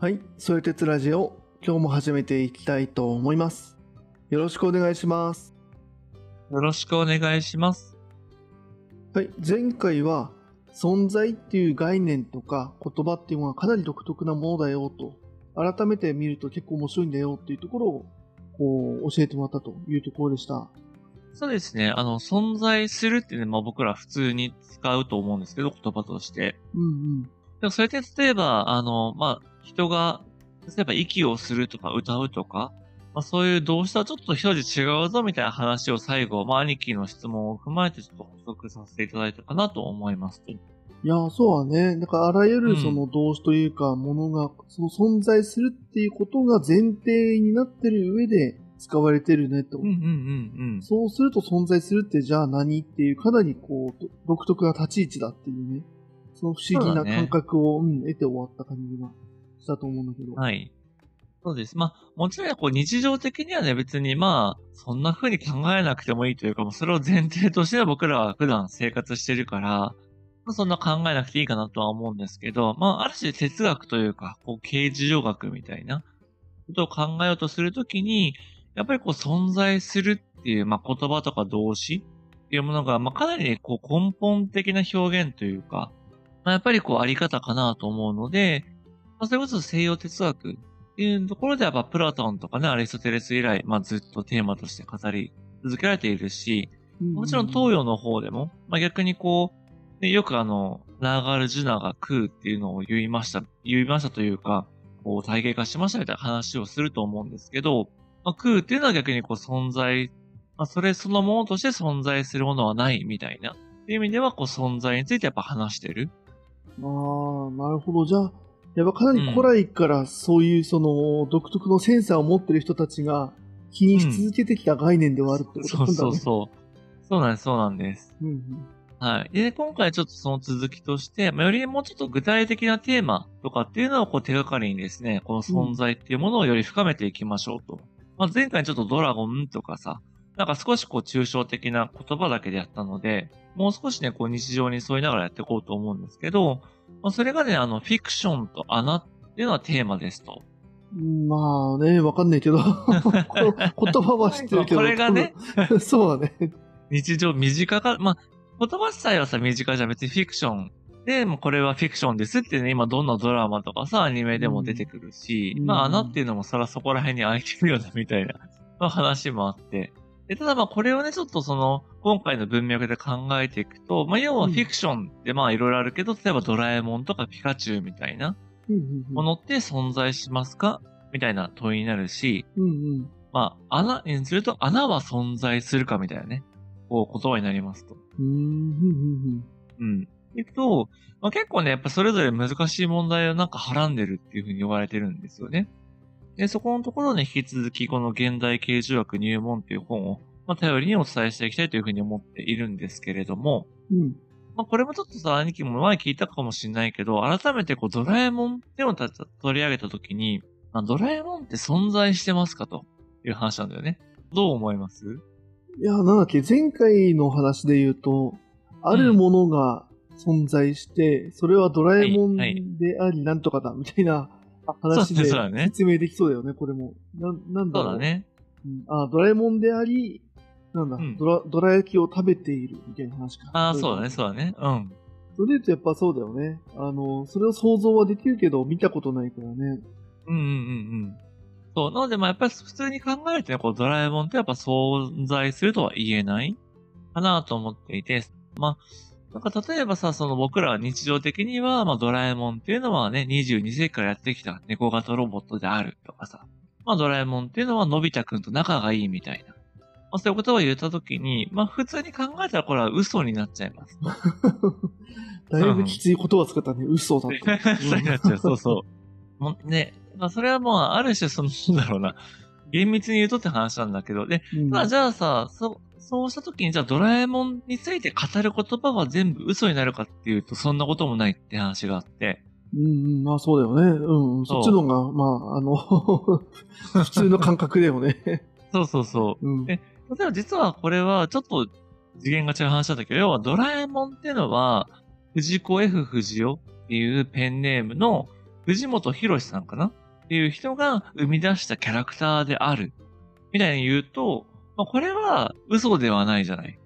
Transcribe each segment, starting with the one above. はい、それ鉄ラジオ、今日も始めていきたいと思います。よろしくお願いします。よろしくお願いします。はい、前回は存在っていう概念とか言葉っていうのはかなり独特なものだよと、改めて見ると結構面白いんだよっていうところをこう教えてもらったというところでした。そうですね。あの、存在するってね、まあ僕ら普通に使うと思うんですけど、言葉として。うんでもそれって例えば、あの、まあ人が、例えば息をするとか歌うとか、まあそういう動詞とはちょっと一味違うぞみたいな話を最後、まあ兄貴の質問を踏まえてちょっと補足させていただいたかなと思います。うん。いやー、そうだね。だからあらゆうるんその動詞というか、ものが、その存在するっていうことが前提になってる上で使われてるねと。うんうんうんそうすると存在するってじゃあ何っていうかなりこう独特な立ち位置だっていうね、その不思議そなうだね感覚を、うん得て終わった感じがしたと思うんだけど。うん。はい。そうです。まあ、もちろんこう日常的にはね、別にまあ、そんな風に考えなくてもいいというか、もうそれを前提として僕らは普段生活してるから、まあ、そんな考えなくていいかなとは思うんですけど、まあ、ある種哲学というか、こう、形事上学みたいなことを考えようとするときに、やっぱりこう、存在するっていう、まあ、言葉とか動詞っていうものが、まあ、かなりね、こう、根本的な表現というか、まあ、やっぱりこう、あり方かなと思うので、まあ、それこそ西洋哲学っていうところでは、まあ、プラトンとかね、アリストテレス以来、まあ、ずっとテーマとして語り続けられているし、うううもちろん東洋の方でも、まあ、逆にこう、ねよくあの、ナーガルジュナが食うっていうのを言いました、言いましたというか、こう体系化しましたみたいな話をすると思うんですけど、まあ、食うっていうのは逆にこう存在、まあ、それそのものとして存在するものはないみたいな。っていう意味では、こう存在についてやっぱ話してる。ああ、なるほど。じゃあ、やっぱかなり古来からそういうその独特のセンサーを持ってる人たちが気にし続けてきた概念ではあるってことそなんうだね。そうそう。そうなんです、そうなんです。うんうんはい。で、今回ちょっとその続きとして、まあ、よりもうちょっと具体的なテーマとかっていうのをこう手がかりにですね、この存在っていうものをより深めていきましょうと。まあ、前回ちょっとドラゴンとかさ、なんか少しこう抽象的な言葉だけでやったので、もう少しね、こう日常に沿いながらやっていこうと思うんですけど、まあ、それがね、あの、フィクションと穴っていうのはテーマですと。うんまあね、わかんない けど、この言葉は知ってるけど、これがね、多分、 そうだね。日常短か、まあ、言葉自体はさ、短じゃん別にフィクション。で、もうこれはフィクションですってね、今どんなドラマとかさ、アニメでも出てくるし、うんまあうん穴っていうのもそらそこら辺に開いてるよね、みたいな、まあ、話もあって。で、ただまあこれをね、ちょっとその、今回の文脈で考えていくと、まあ要はフィクションってまあいろいろあるけど、例えばドラえもんとかピカチュウみたいなうんものって存在しますかみたいな問いになるし、うんうんうんうんまあ、穴にすると穴は存在するかみたいなね、こう言葉になりますと。うーんうんうんうんうん。えっと、まあ、結構ね、やっぱそれぞれ難しい問題をなんかはらんでるっていうふうに言われてるんですよね。で、そこのところをね、引き続きこの現代形状学入門っていう本を、まあ、頼りにお伝えしていきたいというふうに思っているんですけれども、うんまあ、これもちょっとさ、兄貴も前聞いたかもしれないけど、改めてこうドラえもんっていうのをた取り上げたときに、まあ、ドラえもんって存在してますかという話なんだよね。どう思いますいや、なんだっけ、前回の話で言うと、あるものが存在して、それはドラえもんはでいあり、なんとかだ、みたいな話そうでそうだね説明できそうだよね、これも。ななんだそうろうだね。うんあ、ドラえもんであり、なんだ、うんドラ、ドラ焼きを食べている、みたいな話か。ああ、そうだね、う。そうだね。うん。それで言うとやっぱそうだよね。あの、それを想像はできるけど、見たことないからね。うんうんうんうん。そう。なので、まあ、やっぱり普通に考えるとね、こう、ドラえもんってやっぱ存在するとは言えないかなと思っていて、まあ、なんか例えばさ、その僕らは日常的には、まあ、ドラえもんっていうのはね、22世紀からやってきた猫型ロボットであるとかさ、まあ、ドラえもんっていうのはのび太くんと仲がいいみたいな。まあ、そういうことを言ったときに、まあ、普通に考えたらこれは嘘になっちゃいます。だいぶきつい言葉使ったね。嘘だった。 そうになっちゃう、そうそう。もうね、まあそれはもうある種その、なんだろうな、厳密に言うとって話なんだけど、で、うんまあじゃあさ、そそうした時にじゃあドラえもんについて語る言葉は全部嘘になるかっていうとそんなこともないって話があって。うんうん、まあそうだよね。うん、うん、そそうっちの方が、まあ、あの、 普通の感覚だよね。 そうそうそう。うん。え例えば実はこれはちょっと次元が違う話なんだけど、要はドラえもんっていうのは、藤子 F 不二雄っていうペンネームの、藤本博さんかなっていう人が生み出したキャラクターである。みたいに言うと、まあ、これは嘘ではないじゃない。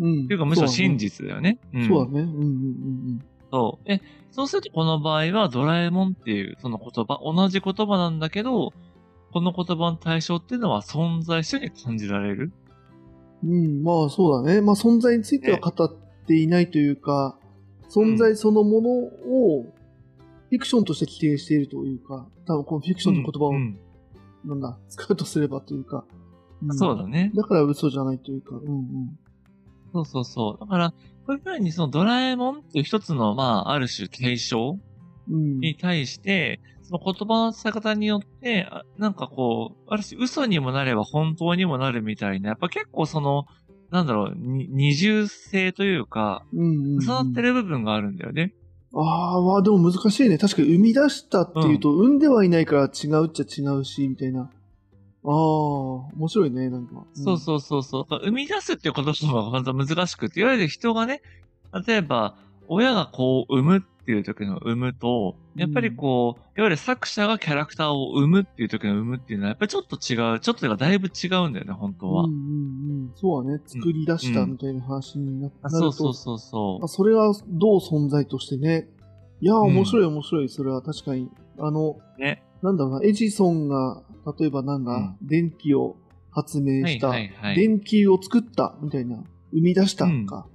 うん。というかむしろ真じ実だよね。うんそうだね。うんうんうんそう。え、そうするとこの場合はドラえもんっていうその言葉、同じ言葉なんだけど、この言葉の対象っていうのは存在して感じられる。うん。うん、まあそうだね。まあ存在については語っていないというか、存在そのものをフィクションとして規定しているというか、多分このフィクションの言葉を、うんなんだ、使うとすればというか。んそうだね。だから嘘じゃないというか、うんうん。そうそうそう。だから、こういうふうにそのドラえもんっていう一つの、まあ、ある種対象うん、に対して、その言葉の使い方によって、あなんかこう、ある種嘘にもなれば本当にもなるみたいな、やっぱ結構その、なんだろう、に二重性というか、うんうんうん重なってる部分があるんだよね。ああ、まあでも難しいね。確かに生み出したっていうと、生んではいないから違うっちゃ違うし、みたいな。ああ、面白いね、なんか。そうそうそうそう。だから生み出すっていうことの方が本当は難しくて、いわゆる人がね、例えば、親がこう、産むっていう時の産むと、やっぱりこう、いわゆる作者がキャラクターを産むっていう時の産むっていうのは、やっぱりちょっと違う、ちょっとがだいぶ違うんだよね、本当うん。は。うんうんうん。そうはね、作り出したみたいな話にななると、あそうそうそうそあそれはどう存在としてね。いやー、うん面白い面白い、それは確かに。あの、う。ね。なんだろうな、エジソンが、例えばなんだ、うん電気を発明はいした、はいはい。電球を作ったみたいな、生み出したか。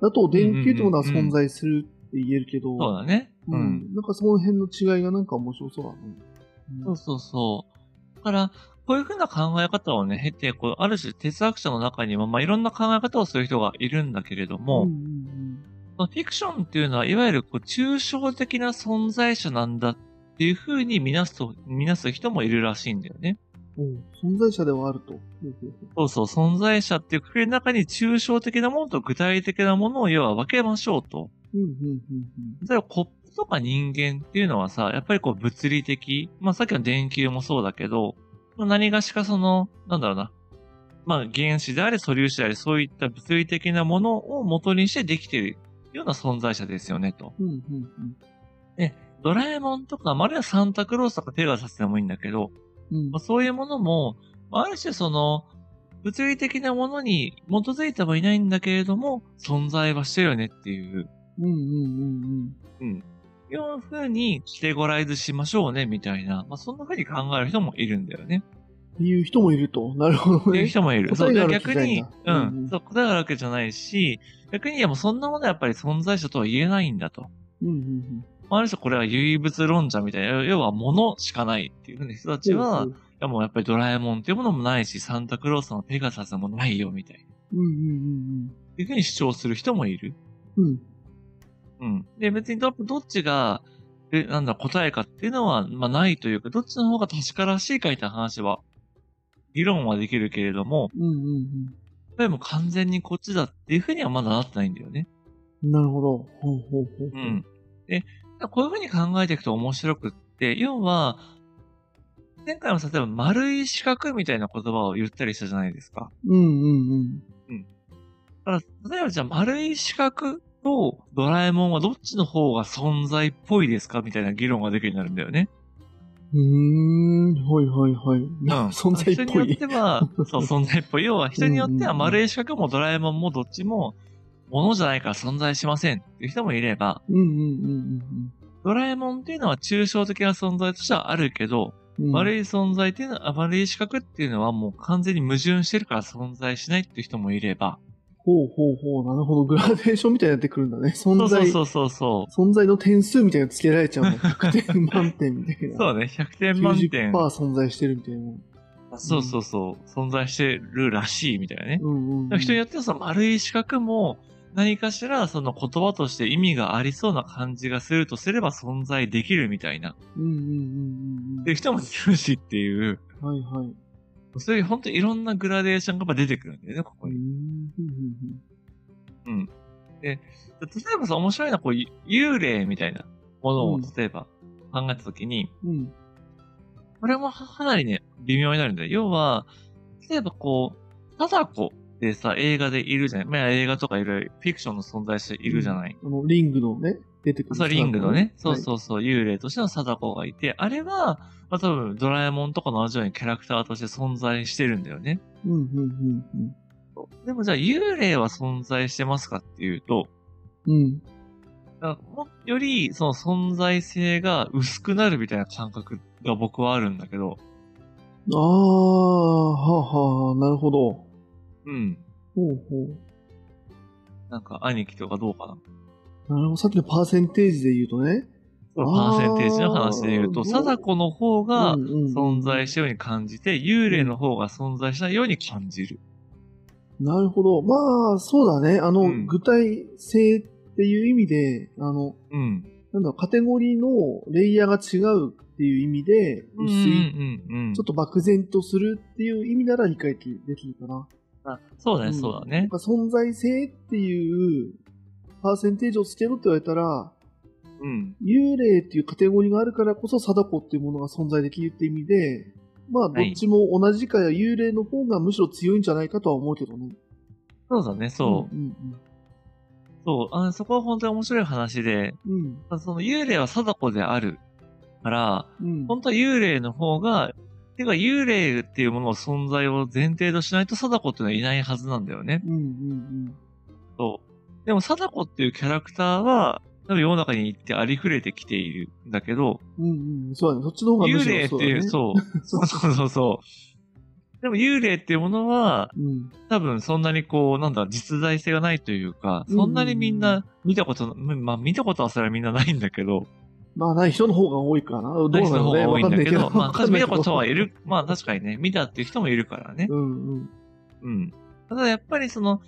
だと、電球ってものは存在するって言えるけど、そうだね。ううんん。なんかその辺の違いがなんか面白そうだね。そううそうそう。だから、こういうふうな考え方をね、経て、こう、ある種哲学者の中にも、まあ、いろんな考え方をする人がいるんだけれども、んうんそのフィクションっていうのは、いわゆるこう抽象的な存在者なんだっていうふうに見なすと、見なす人もいるらしいんだよね。うんおう存在者ではあると。そうそう、存在者っていうくくりの中に抽象的なものと具体的なものを要は分けましょうと。うんうんうん例えばコップとか人間っていうのはさ、やっぱりこう物理的、まあさっきの電球もそうだけど、まあ何がしかその、なんだろうな、まあ原子であれ素粒子であれそういった物理的なものを元にしてできているような存在者ですよねと。うん。うんうんうんドラえもんとか、まああるいはサンタクロースとかペガサスでもいいんだけど、うんまあ、そういうものも、まあある種その、物理的なものに基づいてはいないんだけれども、存在はしてるよねっていう、うんうんうんような風にカテゴライズしましょうね、みたいな。まあ、そんな風に考える人もいるんだよね。っていう人もいると。なるほどっていうね。人もいる。答えそうがあるわでけ逆じゃないんにだ、ううんうんん、そう、答えがあるわけじゃないし、逆に、いやもうそんなものはやっぱり存在者とは言えないんだと。うんうんうんまあ、ある種これは唯物論者みたいな、要は物しかないっていう風な人たちは、ういやもうやっぱりドラえもんっていうものもないし、サンタクロースのペガサスもないよみたいな。っんうんうんていうふうに主張する人もいる。うん。うん。うん。で、別にどどっちが、えなんだ、答えかっていうのは、まあないというか、どっちの方が確からしいかみたいな話は、議論はできるけれども、うんうんでもう完全にこっちだっていうふうにはまだなってないんだよね。うん。なるほど。ほうほうほう。うん。で、こういうふうに考えていくと面白くって、要は、前回も例えば丸い四角みたいな言葉を言ったりしたじゃないですか。うんうんうん。だから、例えばじゃあ丸い四角とドラえもんはどっちの方が存在っぽいですかみたいな議論ができるようになるんだよね。うーん、はいはいはい。 存在っぽ人によっい。ては、そう、存在っぽい。要は人によっては丸い四角もドラえもんもどっちも物じゃないから存在しませんっていう人もいれば、うんうんうんドラえもんっていうのは抽象的な存在としてはあるけど、うんうん。丸い。い存在っていうのは、あ丸い四角っていうのはもう完全に矛盾してるから存在しないっていう人もいれば、ほうほうほう。なるほど。グラデーションみたいになってくるんだね。そ存うそ在うそうそうそう。存在の点数みたいなのつけられちゃうの。100点満点みたいな。そうね、100点満90%点。存在してるみたいな。そうそうそう、存在してるらしいみたいなね。うんうんうん。人によってはその丸い四角も何かしらその言葉として意味がありそうな感じがするとすれば存在できるみたいな。うんうんうんうんっていう人もいるしっていう、うん。はいはい。そういう本当にいろんなグラデーションがやっぱ出てくるんだよね、ここうんに。うんうん例えばさ、面白いのはこう、幽霊みたいなものうをん例えば考えたときに、うんうん。これもかなりね、微妙になるんだよ。要は、例えばこう、貞子でさ、映画でいるじゃない。まあ映画とかいろいろフィクションの存在しているじゃない。あの、リングのね、出てくる人そだう、ったリングのね、そうはそうそう、幽霊としての貞子がいて、あれは、まあ多分ドラえもんとかの同じようにキャラクターとして存在してるんだよね。い。うん、うん、でもじゃあ幽霊は存在してますかっていうと、うん、うん。うん。だからもよりその存在性が薄くなるみたいな感覚が僕はあるんだけど、あー、はあはあ、なるほど。うん。ほうほう。なんか兄貴とかどうかな。なるほど。さっきのパーセンテージで言うとね。パーセンテージの話で言うあと、ー貞子の方がうんうん存在したように感じて、幽霊の方が存在しないように感じる。なるほど。まあ、そうだね。あの、うん具体性っていう意味で、あの、うん。なんだろうカテゴリーのレイヤーが違うっていう意味で、うんう薄んい、うんうんちょっと漠然とするっていう意味なら理解できるかな。あそうだね、んそうだなんね。か存在性っていう、パーセンテージをつけろって言われたら、うん。幽霊っていうカテゴリーがあるからこそ貞子っていうものが存在できるって意味で、まあ、どっちも同じかや幽霊の方がむしろ強いんじゃないかとは思うけどね。そうだね、そう。うんそうあ。そこは本当に面白い話で、うんうん。まあその幽霊は貞子であるから、うん。うん。本当は幽霊の方が、てか幽霊っていうものの存在を前提としないと貞子っていうのはいないはずなんだよね。うんうんそう。でも貞子っていうキャラクターは、多分世の中に行ってありふれてきているんだけど、うん。うんうん。そうだね。そっちの方がむ幽し霊ろそってうだいう、ね。そ う。そうそうそうそう。でも幽霊っていうものは、うん。多分そんなにこう、なんだ、実在性がないというか、そんなにみんな見たことな、まあ見たことはそれはみんなないんだけど、まあ、ない人の方が多いかな。どうなない人のの方ね。が多わいんかんだないけけど。ど、ま わあかんな見いたけどことはい。る、まあ確かにね、見たっていう人もいるからね。うんうん。うん。ただやっぱりその、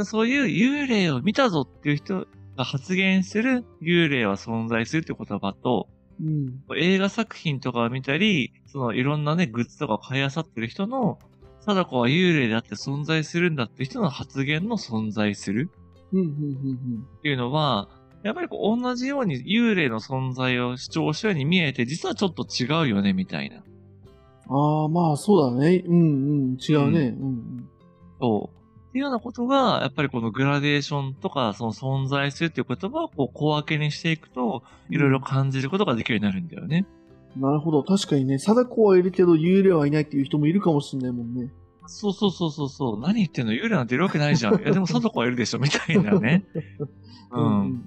そういう幽霊を見たぞっていう人が発言する幽霊は存在するって言葉と、うん。映画作品とかを見たり、そのいろんなね、グッズとかを買い漁ってる人の、貞子は幽霊であって存在するんだっていう人の発言の存在するうんうんうんっていうのは、やっぱりこう同じように幽霊の存在を主張したように見えて、実はちょっと違うよね、みたいな。うん。ああ、まあ、そうだね。うんうん。違うね。うんそう。っていうようなことが、やっぱりこのグラデーションとか、その存在するっていう言葉をこう小分けにしていくと、うんいろいろ感じることができるようになるんだよね。うん。なるほど。確かにね、貞子はいるけど、幽霊はいないっていう人もいるかもしれないもんね。そうそうそうそうそう。何言ってんの幽霊なんているわけないじゃん。いや、でも貞子はいるでしょ、みたいなね。ううんうんん。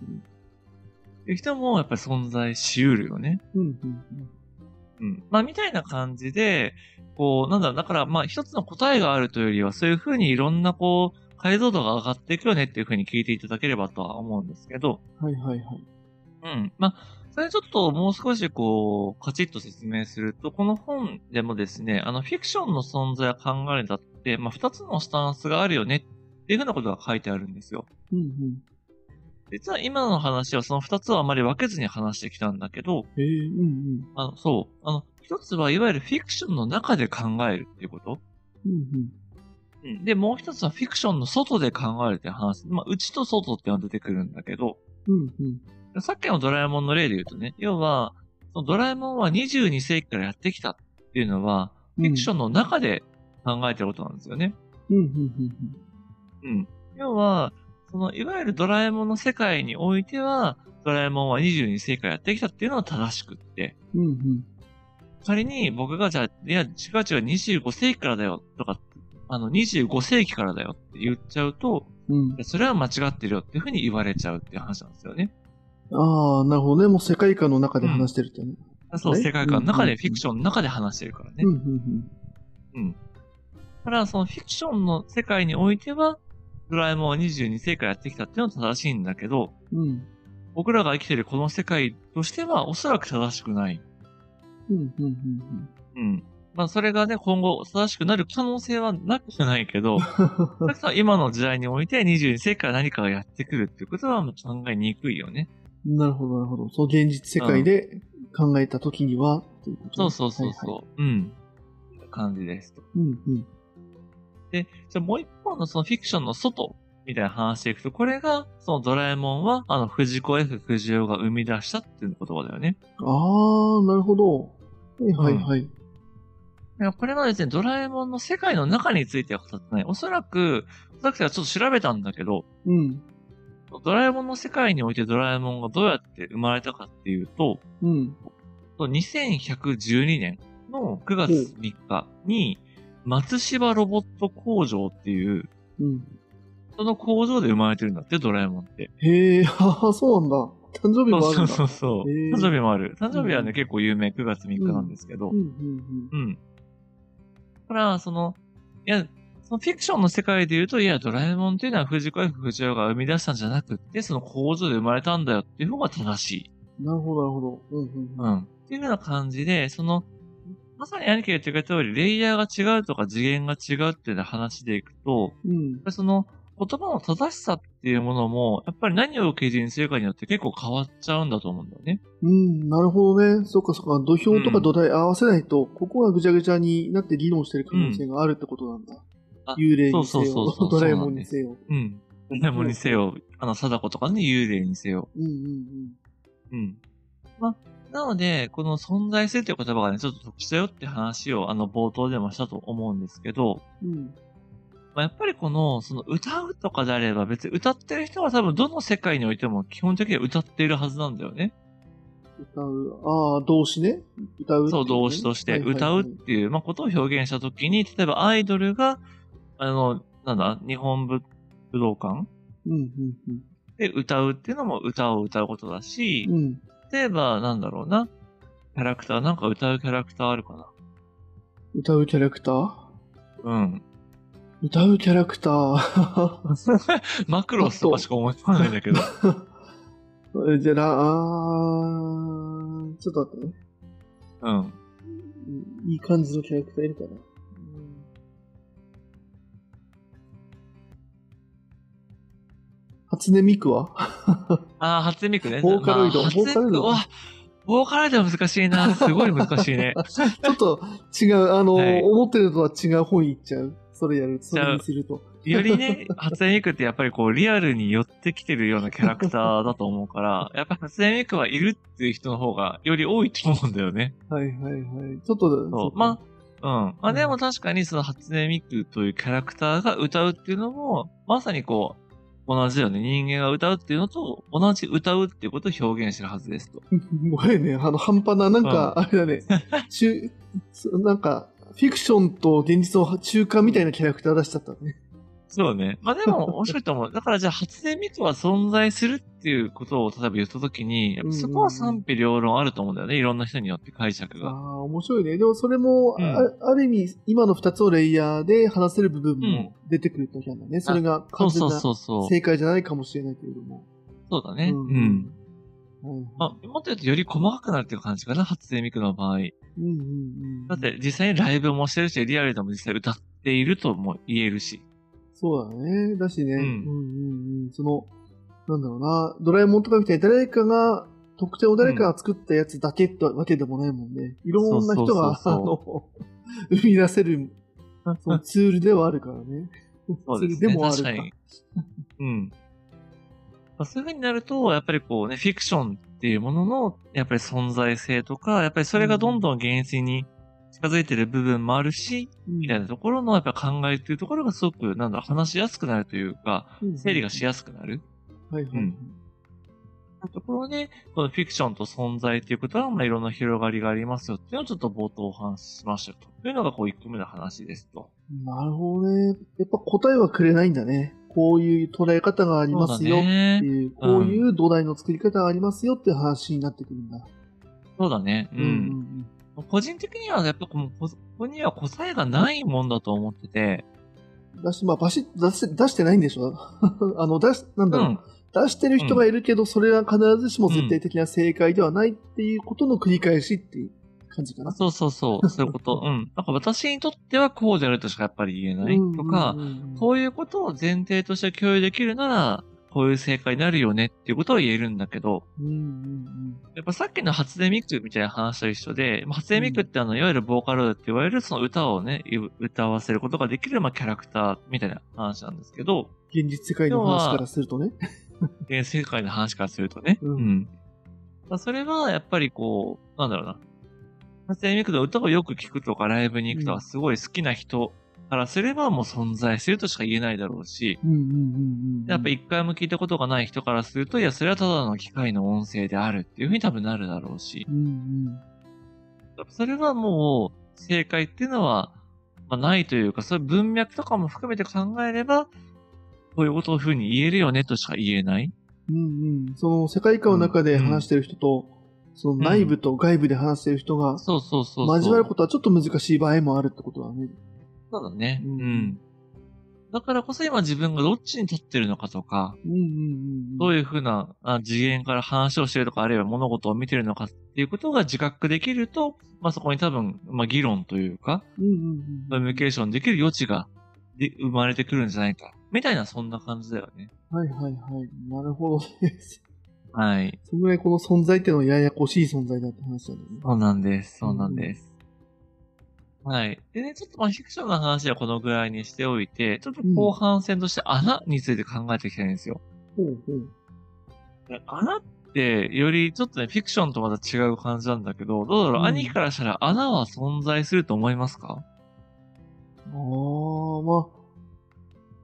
っていう人もやっぱり存在しうるよね。うん。うんうんうん。まあ、みたいな感じで、こう、なんだろう、だから、まあ、一つの答えがあるというよりは、そういうふうにいろんな、こう、解像度が上がっていくよねっていうふうに聞いていただければとは思うんですけど、うん。はいはいはい。うん。まあ、それちょっともう少しこう、カチッと説明すると、この本でもですね、あの、フィクションの存在を考えるにだって、まあ、二つのスタンスがあるよねっていうふうなことが書いてあるんですよ。うんうん。実は今の話はその二つをあまり分けずに話してきたんだけど、ええうんあの、そう。あの、一つはいわゆるフィクションの中で考えるっていうこと。うん。うんうん。うん。で、もう一つはフィクションの外で考えるって話。まあ、内と外っていうのが出てくるんだけど、うんうん。さっきのドラえもんの例で言うとね、要は、そのドラえもんは22世紀からやってきたっていうのは、フフィクション。ンの中で考えてることなんですよね。うんうんうんうん。要は、その、いわゆるドラえもんの世界においては、ドラえもんは22世紀からやってきたっていうのは正しくって、うん。うんうん。仮に僕がじゃあ、いや、違う違う25世紀からだよとか、あの、25世紀からだよって言っちゃうと、うんいやそれは間違ってるよっていうふうに言われちゃうっていう話なんですよね。ああ、なるほどね。もう世界観の中で話してるってね。そう、え世界観の中うで、んフィクションの中で話してるからねう。ん、うん、だから、そのフィクションの世界においては、ドラえもんは22世紀からやってきたっていうのは正しいんだけど、うん。うん、僕らが生きてるこの世界としてはおそらく正しくない。うん、うん、うん。うん。まあ、それがね、今後正しくなる可能性はなくはない けど、少なくとも今の時代において22世紀から何かがやってくるっていうことはもう考えにくいよね。なるほど、なるほど。その現実世界で考えた時には、ということそねうそうそうそう。はうん。感じです。いはいうん、で、じゃあもう一方のそのフィクションの外みたいな話でいくと、これが、そのドラえもんは、あの、藤子 F 不二雄が生み出したっていう言葉だよね。うん。ああ、なるほど。はい、はい、はい。いやこれがですね、ドラえもんの世界の中については語ってない。おそらく、さっきからちょっと調べたんだけど、うん。ドラえもんの世界においてドラえもんがどうやって生まれたかっていうと、うん。 2112年の9月3日に、松芝ロボット工場っていう、うん。その工場で生まれてるんだって、ドラえもんって。へえ、ああ、そうなんだ。誕生日もあるそんだ。うそうそう。へー誕生日もある。誕生日はね、うん結構有名、9月3日なんですけどうん。うんうん。だから、その、いや、そのフィクションの世界で言うと、いや、ドラえもんっていうのは藤子 F 不二雄が生み出したんじゃなくって、その工場で生まれたんだよっていう方が正しい。うん。なるほど、なるほど。うんうんうん。っていうような感じで、その、まさに兄貴が言ってくれた通り、レイヤーが違うとか次元が違うっていう話でいくと、うん。うんやっぱ。りその言葉の正しさっていうものも、やっぱり何を基準にするかによって結構変わっちゃうんだと思うんだよね。うん、なるほどね。そっかそっか。土俵とか土台合わせないと、ここがぐちゃぐちゃになって議論してる可能性があるってことなんだ。あ幽霊にそせうそうそうよそ、う ドラえもんにせよ。うん。ドラえもんにせよ、あの、貞子とかね、幽霊にせよ。うんうんうん。まあ、なので、この存在性という言葉がね、ちょっと特殊だよって話を、あの、冒頭でもしたと思うんですけど、うん。うん。まあ、やっぱりこの、その、歌うとかであれば、別に歌ってる人は多分どの世界においても基本的には歌っているはずなんだよね。歌う。ああ、動詞ね。歌うっていね、そう、動詞として歌うっていう、まあ、ことを表現したときに、例えばアイドルが、あの、なんだ、日本武道館うんうんで歌うっていうのも歌を歌うことだしうん。、うん。例えば、なんだろうな、キャラクター、なんか歌うキャラクターあるかな。歌うキャラクター うん。歌うキャラクター。 マクロスとかしか思いつかないんだけど。えじゃあな、あーちょっと待ってね。うん。いい感じのキャラクターいるかな。うん初音ミクはああ、初音ミクね。ボーカロイドまあ初音ミクボーカロイドうわボーカロイドは難しいな。すごい難しいね。 ちょっと違う、あの、はい思ってるのとは違う方に行っちゃう。それやる、それにすると。よりね、初音ミクってやっぱりこう、リアルに寄ってきてるようなキャラクターだと思うから、やっぱり初音ミクはいるっていう人の方がより多いと思うんだよね。はいはいはい。ちょっと、そっう。とまあ、うん。まあでも確かにその初音ミクというキャラクターが歌うっていうのも、まさにこう、同じよね。人間が歌うっていうのと、同じ歌うっていうことを表現してるはずですと。ごめんね、あの、半端な、なんか、あれだね、 しゅそなんか、フィクションと現実の中間みたいなキャラクター出しちゃったね。そうね。まあでも面白いと 思う。だからじゃあ発電ミクは存在するっていうことを例えば言ったときに、やっぱそこは賛否両論あると思うんだよね。いろんな人によって解釈あが。あ、面白いね。でもそれも、うんあある意味、今の2つをレイヤーで話せる部分も出てくるときなんだね。それがそ完う全そうなそうそう。正解じゃないかもしれないけれども。そうだね。ううんん。はいまあ、もっと言うとより細かくなるっていう感じかな。発電ミクの場合。うんうんうん。だっ、て実際にライブもしてるし、リアルでも実際歌っているとも言えるし。そうだね。だしね、ううんん、うんうんその、なんだろうな、ドラえもんとかみたいに誰かが、特定を誰かが作ったやつだけってわけでもないもんね。いろんな人が、そうあそうその、生み出せ るそのツールではあるからね。そうツーでルすね。でもある確かかに。 うん。まあそういう風になると、やっぱりこうね、フィクションっていうものの、やっぱり存在性とか、やっぱりそれがどんどん現実に近づいてる部分もあるし、うんみたいなところのやっぱ考えっていうところがすごく、なんだろう、話しやすくなるというか、うん整理がしやすくなる。はいはい。うんところで、このフィクションと存在っていうことは、まあ、いろんな広がりがありますよっていうのをちょっと冒頭お話ししましたと。というのが、こう、一個目の話ですと。なるほどね。やっぱ答えはくれないんだね。こういう捉え方がありますよそうだっねていう、こういう土台の作り方がありますよって話になってくるんだ。そうだね。ううんん個人的には、やっぱこのここには答えがないもんだと思ってて、うん。だし、まあ、バシッと出して、出してないんでしょ あの、出し、なんだうろう。ん、出してる人がいるけど、それは必ずしも絶対的な正解ではないっていうことの繰り返しっていう感じかな。そうそ うそう、そういうこと、うん。なんか私にとってはこうであるとしかやっぱり言えないとか、うんうんうんこういうことを前提として共有できるなら、こういう正解になるよねっていうことは言えるんだけど、うんうんやっぱさっきの初音ミクみたいな話と一緒で、まあ初音ミクってあの、いわゆるボーカロイドって言われるその歌をね、い歌わせることができる、まあキャラクターみたいな話なんですけど、うん現実世界の話からするとね。で世界の話からするとね。うんまあそれはやっぱりこう、なんだろうな。セミクの歌をよく聞くとかライブに行くとうんかすごい好きな人からすればもう存在するとしか言えないだろうし、うんうんうんうん。やっぱ一回も聞いたことがない人からすると、いや、それはただの機械の音声であるっていうふうに多分なるだろうし、うんそれはもう正解っていうのは、まあ、ないというか、そういう文脈とかも含めて考えれば、こういうことをふうに言えるよねとしか言えない。うん。うんうん。その世界観の中で話してる人と、その内部と外部で話してる人がそうそうそうそう。交わることはちょっと難しい場合もあるってことだね。そうだね。ううんん。だからこそ今自分がどっちに立ってるのかとか、うんうんうん。どういういうふうなあ次元から話をしてるとか、あるいは物事を見てるのかっていうことが自覚できると、まあそこに多分、まあ議論というか、うんうんコうミュん。ニケーションできる余地がで生まれてくるんじゃないか。みたいなそんな感じだよね。はいはいはい。なるほどです。 はい。そのぐらいこの存在っていうのはややこしい存在だって話なんだね。そうなんです。そうなんです。はい。でね、ちょっとまあフィクションの話はこのぐらいにしておいて、ちょっと後半戦として穴について考えていきたいんですよ。ほうほう。穴って、よりちょっとね、フィクションとまた違う感じなんだけど、どうだろう、うん兄貴からしたら穴は存在すると思いますかああ、まあ。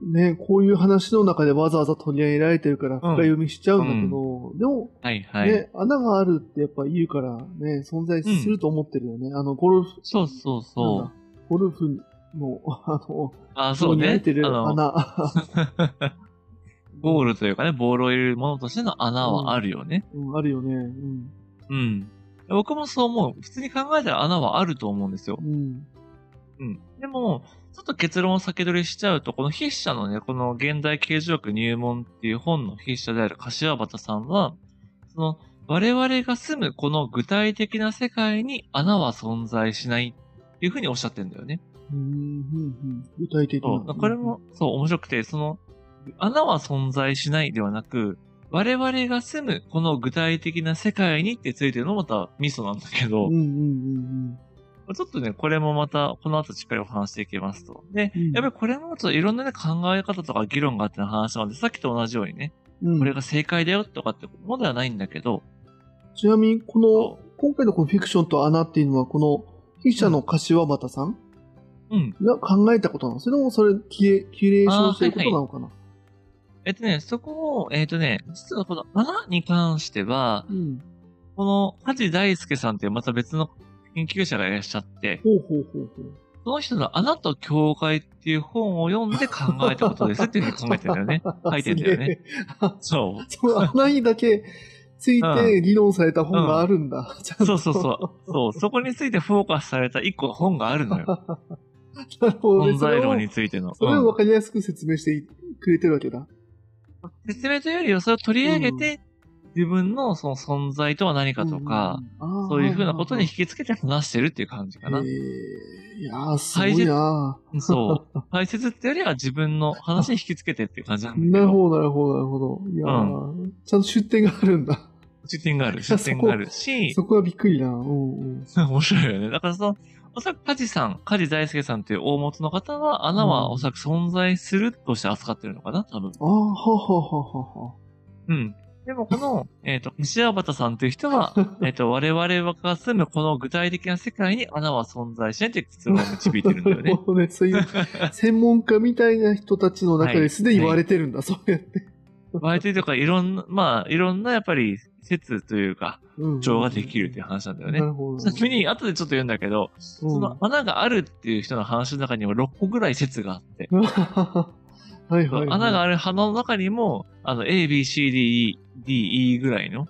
ねこういう話の中でわざわざ取り上げられてるから深読みしちゃうんだけど、でも、はいはい。ね、穴があるってやっぱ言うからね、存在すると思ってるよね。あの、ゴルフ、そうそうなんそだゴルフの、 あの、う。あ、そうに入ね。ってるあの穴、 ゴールというかね、ボールを入れるものとしての穴はあるよね。うん、あるよね。うん。うん。僕もそう思う。普通に考えたら穴はあると思うんですよ。うん。うん。でも、ちょっと結論を先取りしちゃうと、この筆者のね、この現代形状学入門っていう本の筆者である柏畑さんは、その、我々が住むこの具体的な世界に穴は存在しないっていうふうにおっしゃってるんだよね。うん、うん、うん。具体的そな。う。これも、そう、面白くて、その、穴は存在しないではなく、我々が住むこの具体的な世界にってついてるのもまたミソなんだけど、うん、うん、うん、ちょっとね、これもまた、この後しっかりお話していきますと。で、うんやっぱりこれもちょっといろんなね、考え方とか議論があっての話なので、さっきと同じようにね、うん。これが正解だよとかってものではないんだけど、ちなみに、このそ、今回のこのフィクションと穴っていうのは、この、筆者の柏畑さんうん。が考えたことなのそれともそれ、キレキュレーションしてることなのかな、えっとね、そこを、えっとね、実はこの穴に関しては、うん。この梶大輔さんっていうまた別の研究者がいらっしゃって、ほうほうほうほう。その人の穴と境界っていう本を読んで考えたことですっていうふうに考えてんだ よね。書いてんだよねすげえ。あそう。その穴にだけついて議論された本があるんだ。ちゃんとそうそうそう。そう、そこについてフォーカスされた一個の本があるの よ。なるほどね。存そ在れを論についての。それを分うんかりやすく説明してくれてるわけだ。説明というよりは、それを取り上げて、自分のその存在とは何かとか、うんうん、そういうふうなことに引くきつけて話してるっていう感じかな。いやー、すごいなそう。解説ってよりは自分の話に引きつけてっていう感じなんだけど。なるほど、なるほど、なるほど。いやー、ちゃんと出典がある んだ。出典がある。出典があるし、そこはびっくりだな。うんうん。面白いよね。だからその、おそらく梶さん、梶大輔さんっていう大元の方は、穴はおそらく存在するとして扱ってるのかな、多分。ああ、ははははは。うん。でもこの、えっ、と、西アバタさんという 人は、えっと、我々が住むこの具体的な世界に穴は存在しないという結論を導いてるんだよなる ね。ほどね。そう いう専門家みたいな人たちの中はでいすでに割れてるんだ、そうやって。 割というか、いろんな、まあ、いろんなやっぱり説というか、うん情ができるっていう話なんだよなね。るほど。ちなみに、後でちょっと言うんだけど、うん、その穴があるっていう人の話の中にも6個ぐらい説があって、はいはい、はい。穴があある花の中にも、あの、A, B, C, D, E, D, E ぐらいのる。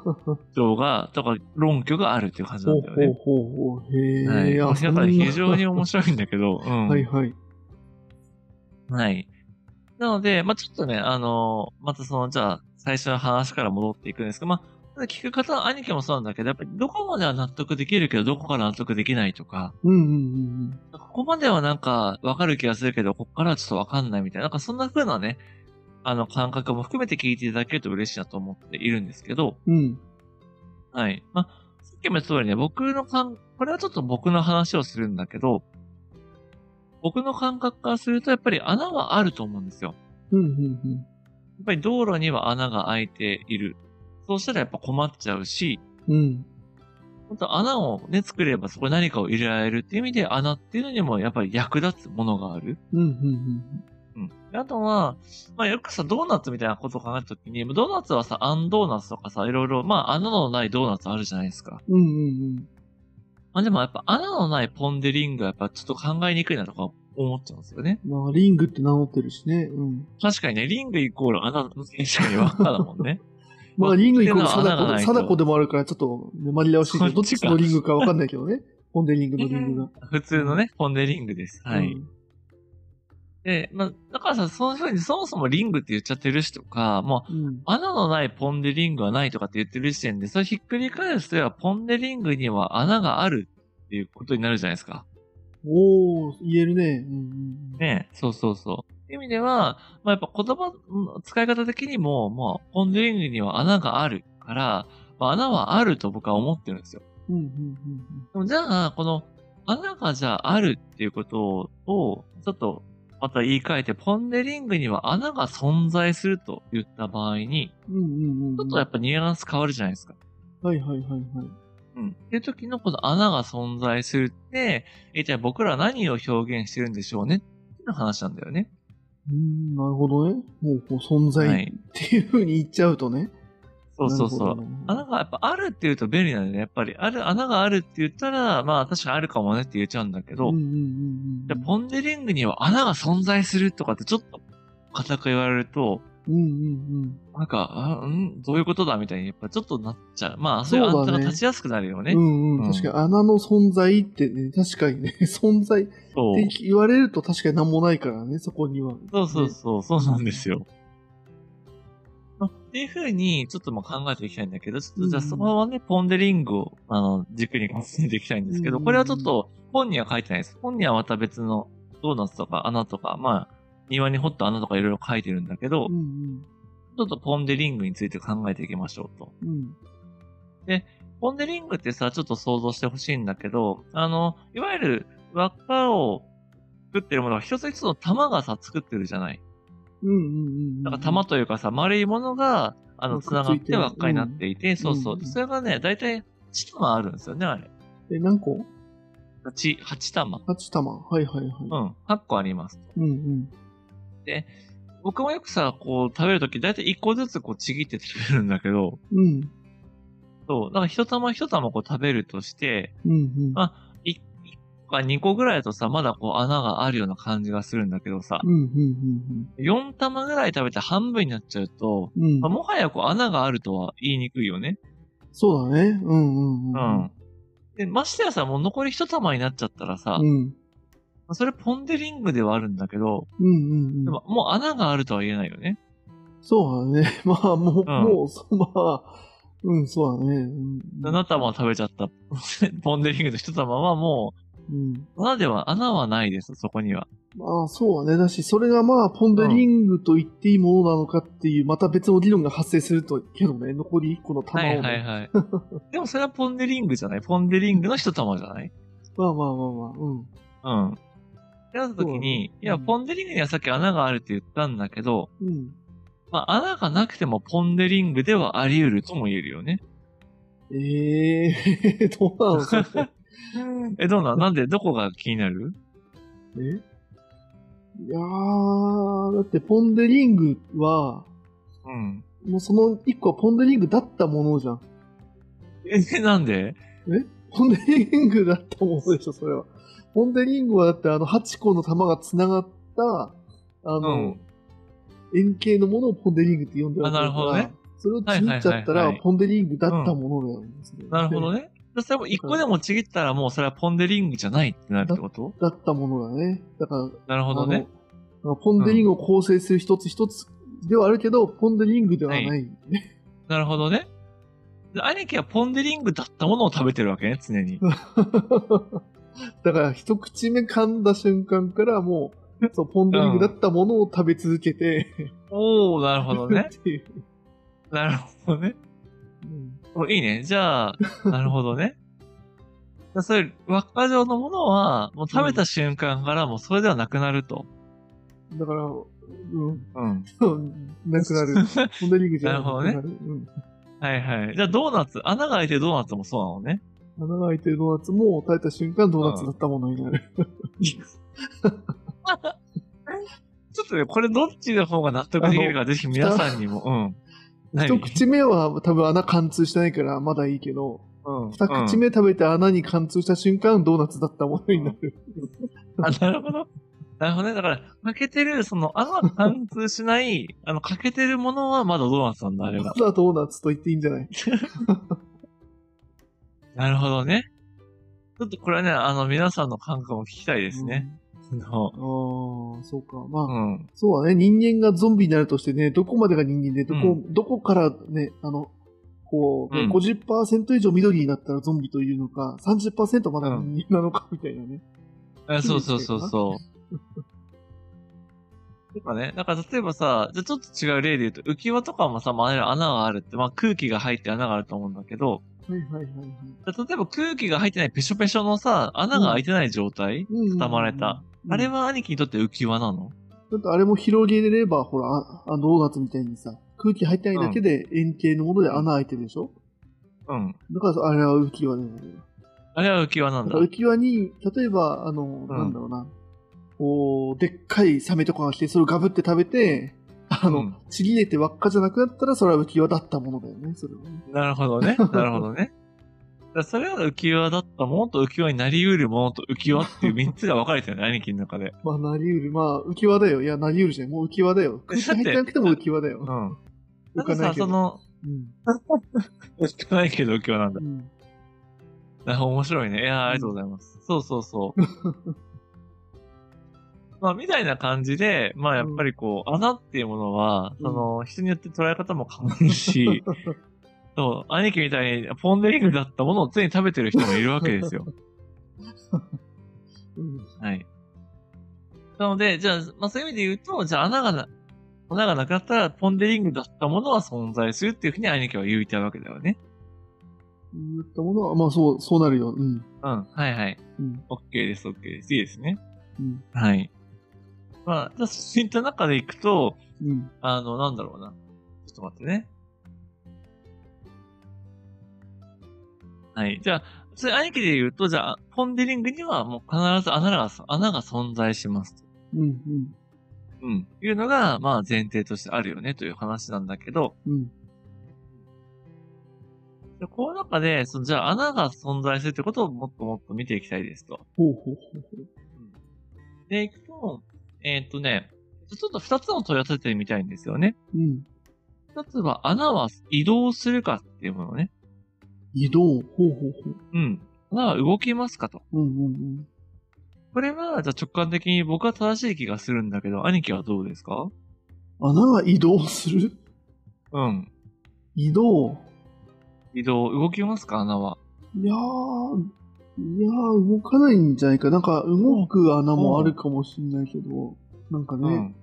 動画とか論拠があるっていう感じなほんうだよほうね。ほうほう。へえ、はい。あだそんかなら非常に面白いんだけど、うん。はいはい。はい。なので、まあ、ちょっとね、あのーまたその、じゃあ、最初の話から戻っていくんですけど、まあ、ただ聞く方は兄貴もそうなんだけど、やっぱりどこまでは納得できるけど、どこから納得できないとか、うんうんうんここまではなんか、わかる気がするけど、ここからはちょっとわかんないみたいな、なんかそんな風なね、あの、感覚も含めて聞いていただけると嬉しいなと思っているんですけど、うん。うん。はい。まあ、さっきも言った通りね、僕の感、これはちょっと僕の話をするんだけど、僕の感覚からすると、やっぱり穴はあると思うんですよ。うんうんやっぱり道路には穴が開いている。そうしたらやっぱ困っちゃうし、うん。うん。本当穴をね、作ればそこに何かを入れられるっていう意味で穴っていうのにもやっぱり役立つものがある。うん、うん、うん。であとは、まあよくさ、ドーナツみたいなことを考えたときに、ドーナツはさ、アンドーナツとかさ、いろいろ、まあ穴のないドーナツあるじゃないですか。うん。うん、うん、まあでもやっぱ穴のないポンデリングはやっぱちょっと考えにくいなとか思っちゃうんですよね。うん。まあ、リングって名乗ってるしね。うん。確かにね、リングイコール穴の選手に輪っかだもん ね。まあ、リングイコール穴貞子がないと貞子でもあるから、ちょっと、まりらしいけど、どこっっちちかのリングかわかんないけどね。ポンデリングのリングが。普通のね、ポンデリングです。はい。うんで、まあ、だからさ、そういうふうにそもそもリングって言っちゃってるしとか、もううん。穴のないポンデリングはないとかって言ってる時点で、それひっくり返すとやポンデリングには穴があるっていうことになるじゃないですか。おー、言えるね。うんうんうん。ねそうそうそう。っていう意味では、まあ、やっぱ言葉の使い方的にも、まあ、ポンデリングには穴があるから、まあ、穴はあると僕は思ってるんですよ。うんうんうんでもじゃあ、この穴がじゃああるっていうことを、ちょっとまた言い換えて、ポンデリングには穴が存在すると言った場合に、うん。うんうんうん。ちょっとやっぱニュアンス変わるじゃないですか。はいはいはいはい。うん。っていう時のこの穴が存在するって、え、じゃあ僕らは何を表現してるんでしょうねっていう話なんだよね。うーん、なるほどね。もうこう存は在いっていうふうに言っちゃうとね。そうそうそう。なる穴がやっぱあるって言うと便利なんでね、やっぱり。ある、穴があるって言ったら、まあ確かにあるかもねって言っちゃうんだけど、ほどねうんうんうんうん。じゃあポンデリングには穴が存在するとかってちょっと固く言われると、うんうんうん。なんか、あんどういうことだみたいに、やっぱちょっとなっちゃう。まあ、そそうういだうねアンテナ立ちやすくなるよね。うんう、うんん確かに穴の存在ってね、確かにね、 存在ってそう言われると確かに何もないからね、そこには。そうそうそう、そうなんですよ。まあっていうふうに、ちょっとまあ考えていきたいんだけど、ちょっとじゃあうんそのままね、ポンデリングを、あの、軸に考えていきたいんですけど、うんこれはちょっと本には書いてないです。本にはまた別のドーナツとか穴とか、まあ、庭に掘った穴とかいろいろ書いてるんだけどう、んちょっとポンデリングについて考えていきましょうと。うん。うん。ポンデリングってさ、ちょっと想像してほしいんだけど、あの、いわゆる輪っかを作ってるものが一つ一つの玉がさ、作ってるじゃない。うんうんうん。なんか玉というかさ、丸いものが、あうんの、繋がって輪っかになっていて、そうそうう。んそれがね、だいたい8玉あるんですよね、あれ。え、何個8、8玉。 ?8 玉。はいはいはい。うん、8個あります。うんうん。僕もよくさ、こう、食べるとき、だいたい1個ずつこう、ちぎって食べるんだけど、うん。そう。だから一玉一玉こう食べるとして、うんうん。あ1個か2個ぐらいだとさ、まだこう穴があるような感じがするんだけどさ、うんうんうん4玉ぐらい食べて半分になっちゃうと、うん。うまあん。もはやこう穴があるとは言いにくいよね。そうだね。うんうんう。うんん。で、ましてやさ、もう残り一玉になっちゃったらさ、うまん。あそれポンデリングではあるんだけど、うんうんでうん。ももう穴があるとは言えないよね。そうだね。 まあ、もう、んもう、そうまあ、うん、そうだね。うん。 7玉食べちゃった ポンデリングの一玉はもうん。う、穴では、穴はないです、そこには。まあ、そうだね。だし、それがまあ、ポンデリングと言っていいものなのかっていう、また別の議論が発生すると、けどね、残り1個の玉をはね、いはいはい。でもそれはポンデリングじゃないポンデリングの一玉じゃないまあまあまあまあ、うん。うん。ってなった時うに、んいや、ポンデリングにはさっき穴があるって言ったんだけど、うん。まあ、穴がなくてもポンデリングではあり得るとも言えるよね。ええ どうなのそれえ、どうなんなんで、どこが気になるえいやー、だってポンデリングは、うん。もうその1個はポンデリングだったものじゃん。え、なんでポンデリングだったものでしょ、それは。ポンデリングはだってあの8個の玉が繋がった、あうの、ん。円形のものをポンデリングって呼んでるわけだかあら、なるほどねそれをちぎっちゃったはいはいはらいはいポンデリングだったものだよ、なるほどね。ね。じゃあそれも一個でもちぎったらもうそれはポンデリングじゃないってなるってことだったものだね。だから、なるほどあのね。まあポンデリングを構成する一つ一つではあるけど、ポンデリングではない。はなるほどね。で兄貴はポンデリングだったものを食べてるわけね、常に。だから、一口目噛んだ瞬間からもう、そう、ポンデリングだったものを食べ続けて、。おー、なるほど ね っていう。なるほどね。うんおいいね。じゃあ、なるほどね。じゃあそういう輪っか状のものは、もう食べた瞬間からもうそれではなくなると。だから、うん、うん。なくな る。ポンデリングじゃななるほどねなくなるうんはいはい。じゃあドーナツ、穴が開いてるドーナツもそうなのね。穴が開いてるドーナツも食べた瞬間ドーナツだったものになる。ちょっとね、これどっちの方が納得できるか、ぜひ皆さんにも。うん。一口目は多分穴貫通してないからまだいいけど、うん、二口目食べて穴に貫通した瞬間ドーナツだったものになる。うんあ、なるほど。なるほどね。だから、欠けてる、その、穴が貫通しない、 あの、欠けてるものはまだドーナツなんだ、あれまは。ずはドーナツと言っていいんじゃないなるほどね。ちょっとこれはね、あの、皆さんの感覚も聞きたいでですね。。のああ、そうか。まあ、うん。そうだね。人間がゾンビになるとしてね、どこまでが人間で、どこ、うどこからね、あの、こう、うん50%以上緑になったらゾンビというのか、30%まだ人間なのかみたいなね。えそうそうそうそう。とかね、だから例えばさ、じゃあちょっと違う例で言うと、浮き輪とかもさ、まあ、あれ穴があるって、まあ空気が入って穴があると思うんだけど、はいはいはいはい。例えば空気が入ってないペショペショのさ、穴が開いてない状態、うん固まれた。あれ、は兄貴にとって浮き輪なのだってあれも広げれれば、ほら、ああのドーナツみたいにさ、空気入ってないだけで円形のもので穴開いてるでしょ、うん。だからあれは浮き輪でもあれは浮き輪なんだだから。浮き輪に、例えば、あの、なんだろうな、こう、でっかいサメとかが来て、それをガブって食べて、あの、うんちぎれて輪っかじゃなくなったら、それは浮き輪だったものだよね、それはね。なるほど ね。なるほどね。だからそれは浮き輪だったものと浮き輪になり得るものと浮き輪っていう3つが分かれてるね、 兄貴の中で。まあ、なりうる。まあ、浮き輪だよ。いや、なりうるじゃない。もう浮き輪だよ。だっ空気入てってなくても浮き輪だうよ。ん。な浮んかかないさ、けど。その、うん。浮かないけど浮き輪なんだう。ん。なるほど面白いね。いやーありがとうございます。そうそうそう。 まあ、みたいな感じで、まあ、やっぱりこう、穴っていうものは、その、人によって捉え方も変わる し、そう、兄貴みたいに、ポンデリングだったものを常に食べてる人もいるわけですよ。うんはい。なので、じゃあ、まあ、そういう意味で言うと、じゃあ、穴がな、穴がなくなったら、ポンデリングだったものは存在するっていうふうに兄貴は言いたいわけだよね。言ったものは、まあ、そう、そうなるよ。うん。うん。はいはい。うん。 OK です、OK です。いいですね。うん。はい。まあ、じゃあ、そういった中でいくと、うん。あの、なんだろうな。ちょっと待ってね。はい。じゃあ、それ兄貴で言うと、じゃあ、ポンデリングにはもう必ず穴が、穴が存在しますと。うん。うん。うん。いうのが、まあ前提としてあるよねという話なんだけど、うん。じゃあこの中で、その、じゃあ穴が存在するってことをもっともっと見ていきたいですと。ほうほうほう。で、いくと、えーっとね、ちょっと二つの問い合わせてみたいんですよね。うん。一つは穴は移動するかっていうものね。移動。ほうほうほう。うん。穴は動きますかと。うんうんこれは、じゃあ直感的に僕は正しい気がするんだけど、兄貴はどうですかうん。穴が移動するうん。移動。移動、動きますか穴は。いやー、いやー、動かないんじゃないか。なんか、動く穴もあるかもしれないけど、なんかうね、ん。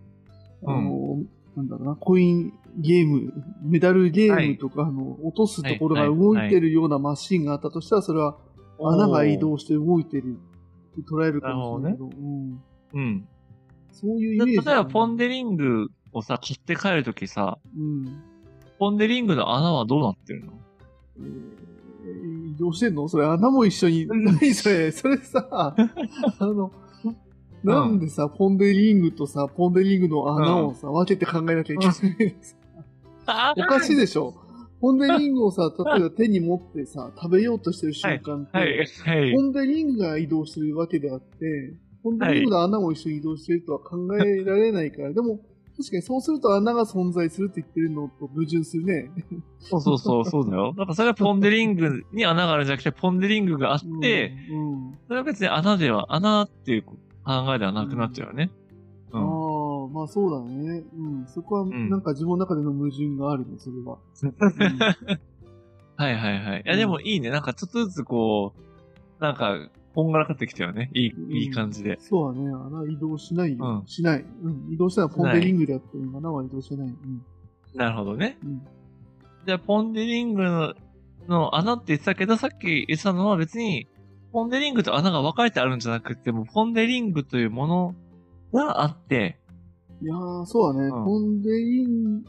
あの、なんだろうな、コインゲーム、メダルゲームとか、あの、落とすところがはい動いてるようなマシンがあったとしたら、それは穴が移動して動いてるって捉えるかもしれないけど、うんうん。そういうイでメ例ーえジだね。ば、ポンデリングをさ、買って帰るときさ、うん。ポンデリングの穴はどうなってるのえー移動してんのそれ穴も一緒に。何それそれ さ、あの、なんでさ、ポンデリングとさ、ポンデリングの穴をさ、分けて考えなきゃいけないんですあおかしいででしょポンデリングをさ、例えば手に持ってさ、食べようとしてる瞬間って、はい、はいポ。ンデリングが移動してるわけであって、ポンデリングの穴も一緒に移動してるとは考えられないから、でも、確かにそうすると穴が存在するって言ってるのと矛盾するね。そうそうそう、そうだよ。だからそれはポンデリングに穴があるんじゃなくて、ポンデリングがあって、うんうんそれは別に穴では、穴っていう考えではなくなっちゃうよね。うん。ああ、まあそうだね。うん。そこは、んなんか自分の中での矛盾があるね、それ は。はいはいはい。いや、うんでもいいね。なんかちょっとずつこう、なんか、こんがらかってきたよね。いい、うんいい感じで。そうだね。穴移動しないよ。うんしない。うん。移動したらポンデリングであって、穴は移動してない。うん。なるほどね。うん。じゃあ、ポンデリングのの穴って言ってたけど、さっき言ってたのは別に、ポンデリングと穴が分かれてあるんじゃなくて、もうポンデリングというものがあって、いやー、そうだね。うんポンデリング、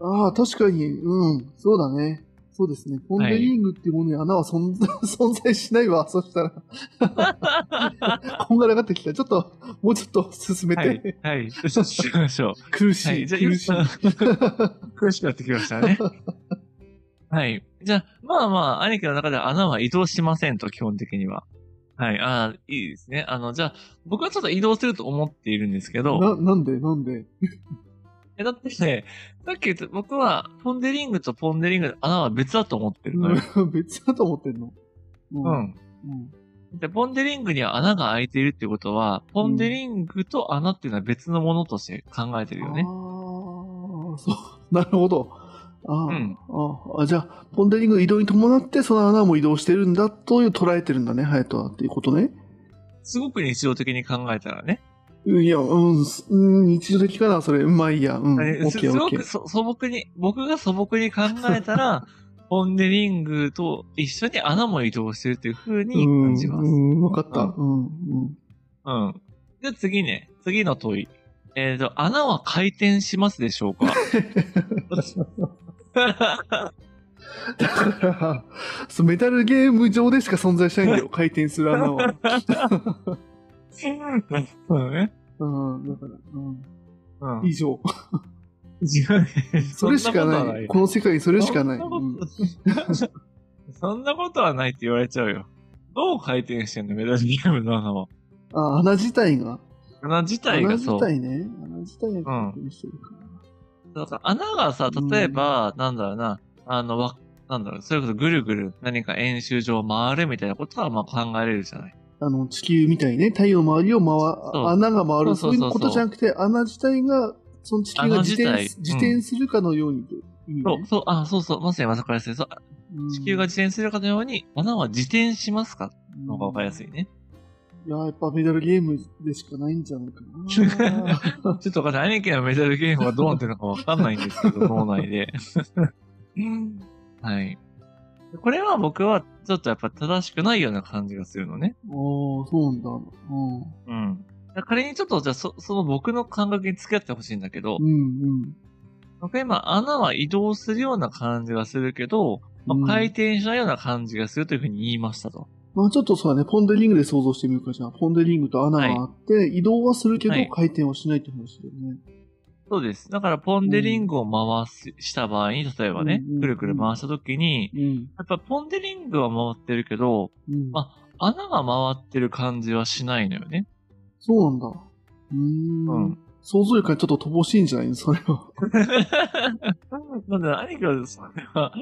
ああ、確かに、うん。そうだね。そうですね。ポンデリングっていうものに穴は存存在 しないわ。そしたら、 こんがらがってきた。ちょっと、もうちょっと進めて。はい。はい。そうしましょう。苦しい。はい。じゃあ、苦しい。今 苦しくなってきましたね。はい。じゃあ、まあまあ、兄貴の中では穴は移動しませんと、基本的には。はい。ああ、いいですね。あの、じゃあ、僕はちょっと移動すると思っているんですけど、な、なんでなんでえだってね、さっき言った、僕は、ポンデリングとポンデリングの穴は別だと思ってるのよ。 別だと思ってんの。うう。ん。うんで、ポンデリングには穴が開いているってことは、ポンデリングと穴っていうのは別のものとして考えてるよね。ああ、そう。 なるほど。あー、うんあーあ、じゃあ、ポンデリングの移動に伴って、その穴も移動してるんだという捉えてるんだね、ハヤトはっていうことね。すごく日常的に考えたらね。うんいや、うん、すうん日常的かな、それ。うんまあいいや。うん。オえッすケすーオごッケくー。そ素朴に、僕が素朴に考えたら、ポンデリングと一緒に穴も移動してるという風にうん、感じます。ううん。ん、わかった。うん、うん。じゃあ次ね、次の問い。えっ、と、穴は回転しますでしょうか だから、そうメタルゲーム上でしか存在しないん だよ、回転する穴は。そうだね。うん、だから、うん。うん。以上。違うねそれしかない。この世界にそれしかない。そんうなこんとそんなことはないって言われちゃうよ。どう回転してんのメダルゲームの穴は。あ、穴自体が穴自体穴がそ自う。体ね。穴自体が確認してるから。だから穴がさ、例えば、なんだろうな、あの、わ、なんだろう、それこそぐるぐる何か円周上回るみたいなことはまあ考えれるじゃない。あの、地球みたいにね、太陽の周りをそ回うる、穴が回る、そそううそういそううそこうとじゃなくて、穴自体が、その地球が穴自自体転、うん自転するかのようにという意味ねそう、そう、あ、そうそう、まさにまさからですね。そううん地球が自転するかのように、穴は自転しますかの方がわかりやすいね。いや、やっぱメダルゲームでしかないんじゃないかな。 ちょっとわかんない。兄貴のメタルゲームはどうなってるのかわかんないんですけ ど、脳内で。はい。これは僕はちょっとやっぱ正しくないような感じがするのね。おー、そうなんだ。うん。うん。仮にちょっとじゃあそその僕の感覚に付き合ってほしいんだけどう、んうん。僕は今穴は移動するような感じがするけど、まあ、回転しないような感じがするというふうに言いましたと。まあちょっとそうだね、ポンデリングで想像してみるかじゃあ、ポンデリングと穴があって、移動はするけどはい回転はしないって話だよね。そうです。だからポンデリングを回す、した場合に、例えばねうんうんう、んくるくる回した時に、うん。やっぱポンデリングは回ってるけど、うん。あ穴が回ってる感じはしないのよ ね。そうなんだ。うーん,、うん想像力がちょっと乏しいんじゃないのそれは。なんで兄貴はそれは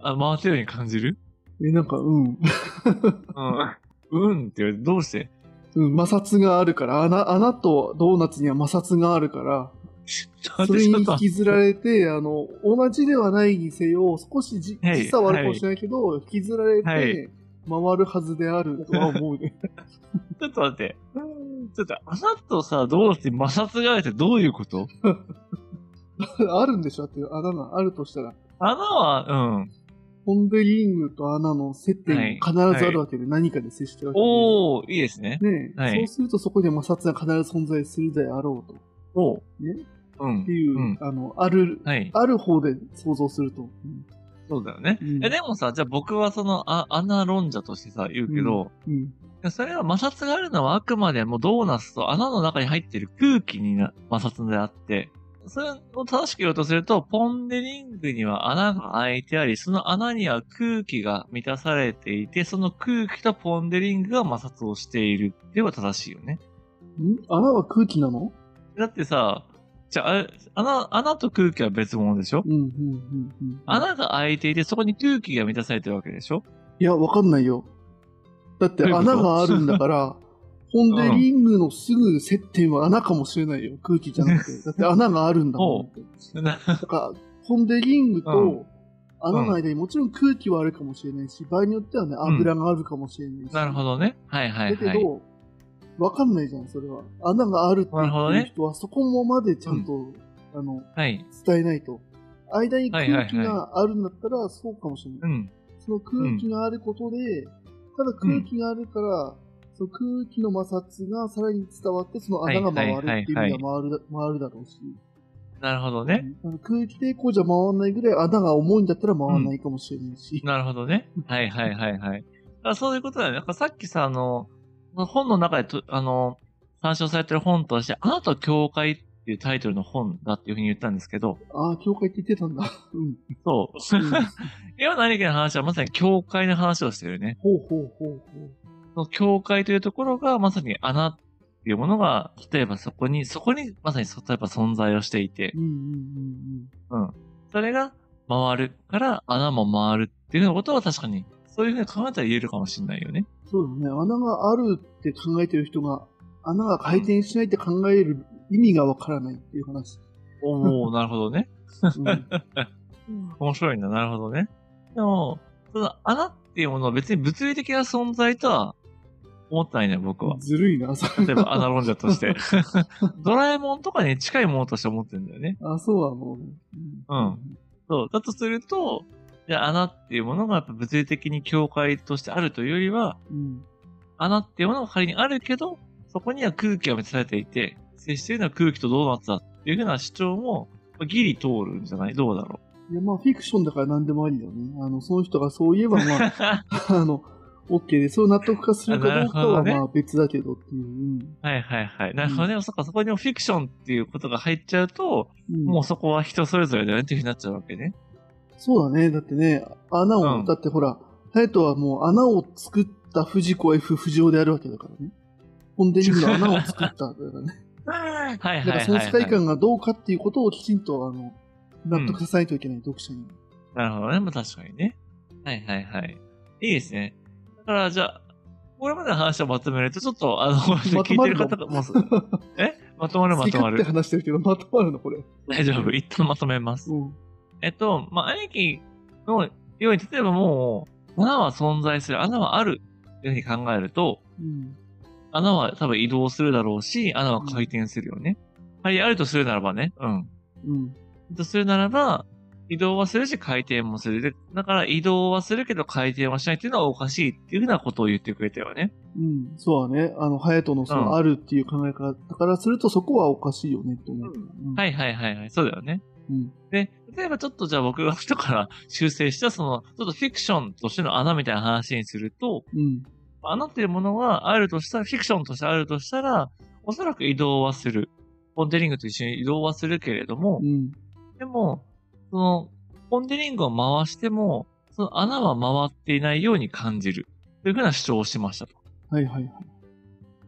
あ回ってるように感じるえ、なんか、うん。 うん。うんって言われて、どうしてうん、摩擦があるから、穴、穴とドーナツには摩擦があるから、それに引きずられて、あの、同じではないにせよ、少しじはい時差はあるかもしれないけど、引きずられて、はい回るはずであるとは思うね。 ちょっと待って。ちょっと穴とさ、どうして摩擦があるってどういうことあるんでしょだっていう穴があるとしたら、穴は、うん。ポンデリングと穴の接点が必ずあるわけで、何かで接してるわけで。おー、いいですね。ねえ、はいそうするとそこで摩擦が必ず存在するであろうと。っおねうん。ていう、んあの、ある、はい。ある方で想像すると。うんそうだよね。うんえでもさ、じゃあ僕はその、あ、穴論者としてさ、言うけど、うん。いやそれは摩擦があるのはあくまでもドーナツと穴の中に入っている空気にな摩擦であって、それを正しく言おうとすると、ポンデリングには穴が開いてあり、その穴には空気が満たされていて、その空気とポンデリングが摩擦をしているっていうのが正しいよね。ん穴は空気なのだってさ、じゃあ、あれ穴、穴と空気は別物でしょうん、うん、うん、うん。穴が開いていて、そこに空気が満たされてるわけでしょいや、わかんないよ。だってどういうこと穴があるんだ から、ポンデリングのすぐ接点は穴かもしれないよ。空気じゃなく て。だって穴があるんだもん。なだから、ポンデリングうと穴の間にもちろん空気はあるかもしれないし、場合によってはね、ん油があるかもしれないし。なるほどね。はいはいだけはい。ど、わかんないじゃん、それは。穴があるって言ってる人は、そこもまでちゃんと、あの、はい。伝えないと。間にはいはい空はい気があるんだったら、そうかもしれない。うん。その空気があることで、ただ空気があるから、その空気の摩擦がさらに伝わって、その穴が回るっていう意味では回る,、回るだろうし、なるほどね。あの空気抵抗じゃ回らないぐらい穴が重いんだったら回らないかもしれないし。なるほどね。はいはいはいはい。だからそういうことだよね。なんかさっきさ、あの、本の中でと、あの、参照されてる本として、あなた教会っていうタイトルの本だっていうふうに言ったんですけど、ああ、教会って言ってたんだ。うん。そう。うん 今の兄貴の話はまさに教会の話をしてるね。ほうほうほうほう。その教会というところがまさに穴っていうものが、例えばそこに、そこにまさにそ例えば存在をしていてう、んうんうんそれが回るから穴も回るっていうようなことは確かに、そういうふうに考えたら言えるかもしれないよね。うん。そうだね。穴があるって考えてる人が、穴が回転しないって考える意味がわからないっていう話。おお なるほどね。うん。面白いんだ。なるほどね。でも、その穴っていうものは別に物理的な存在とは思ってないね、僕はずるいな、それ例えば穴論者として。 ドラえもんとかに近いものとして思ってるんだよね。あ、そうなの、うんうん。そう。だとすると、じゃあ穴っていうものがやっぱ物理的に境界としてあるというよりは、うん。穴っていうものが仮にあるけど、そこには空気が満たされていて、接しているのは空気とドーナツだっていうふうな主張も、まあギリ通るんじゃないどうだろいや、まあ、フィクションだから何でもありだよね。あの、その人がそう言えば、う。まあ、 あの、OK で、そう納得化するかどうかは、なるほどねまあ、別だけどっていう。うんはいはいはい。なるほどね。そっか、そこにもフィクションっていうことが入っちゃうと、うんもうそこは人それぞれだよねっていうふうになっちゃうわけね。そうだね。だってね、穴を、うんだってほら、ハヤトはもう穴を作った藤子 F 不二雄であるわけだからね。ポンデリングの穴を作ったんだからね。 はだいはいはかい、はらい。その世界観がどうかっていうことをきちんと、あの、納得させないといけない、読者に。なるほどね。まあ確かにね。はいはいはい。いいですね。だからじゃあ、これまでの話をまとめると、ちょっと、あの、ま と聞いまてるるの方 が、もうす、えまとまる好まきとま勝手る。話してるけど、まとまるの、これ。 大丈夫。一旦まとめます。うん。えっと、まあ、兄貴のように、例えばもう、穴は存在する、穴はある、というふうに考えると、うん。穴は多分移動するだろうし、穴は回転するよね。仮にあるとするならばね。うん。うん。とするならば、移動はするし回転もする。で、だから移動はするけど回転はしないっていうのはおかしいっていうふうなことを言ってくれたよね。うん、そうだね。あの、ハヤトのその、うんあるっていう考え方からすると、そこはおかしいよね、と思う。うんはいはいはいはい。そうだよね。うん。で、例えばちょっとじゃあ僕が後から修正したその、ちょっとフィクションとしての穴みたいな話にすると、うん。穴っていうものがあるとしたら、フィクションとしてあるとしたら、おそらく移動はする。ポンデリングと一緒に移動はするけれどもう、ん。でも、その、ポンデリングを回しても、その穴は回っていないように感じる。というふうな主張をしましたと。はいはいはい。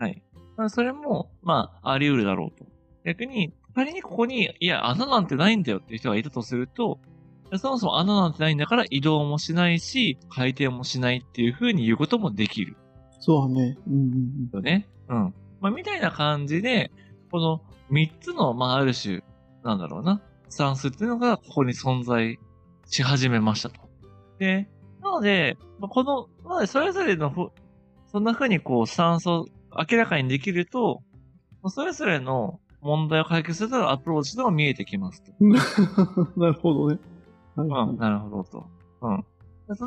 はい。まあそれも、まあ、あり得るだろうと。逆に、仮にここに、いや、穴なんてないんだよっていう人がいたとすると、そもそも穴なんてないんだから移動もしないし、回転もしないっていうふうに言うこともできる。そうだね。うんうんうん。よね。うん。まあ、みたいな感じで、この3つの、まあ、ある種、なんだろうな、スタンスっていうのが、ここに存在し始めましたと。で、なので、まあこの、なので、それぞれのふ、そんな風にこう、スタンスを明らかにできると、まあそれぞれの問題を解決するためのアプローチとか見えてきますと。 なるほどね。はいはうん、いなるほどと。うん。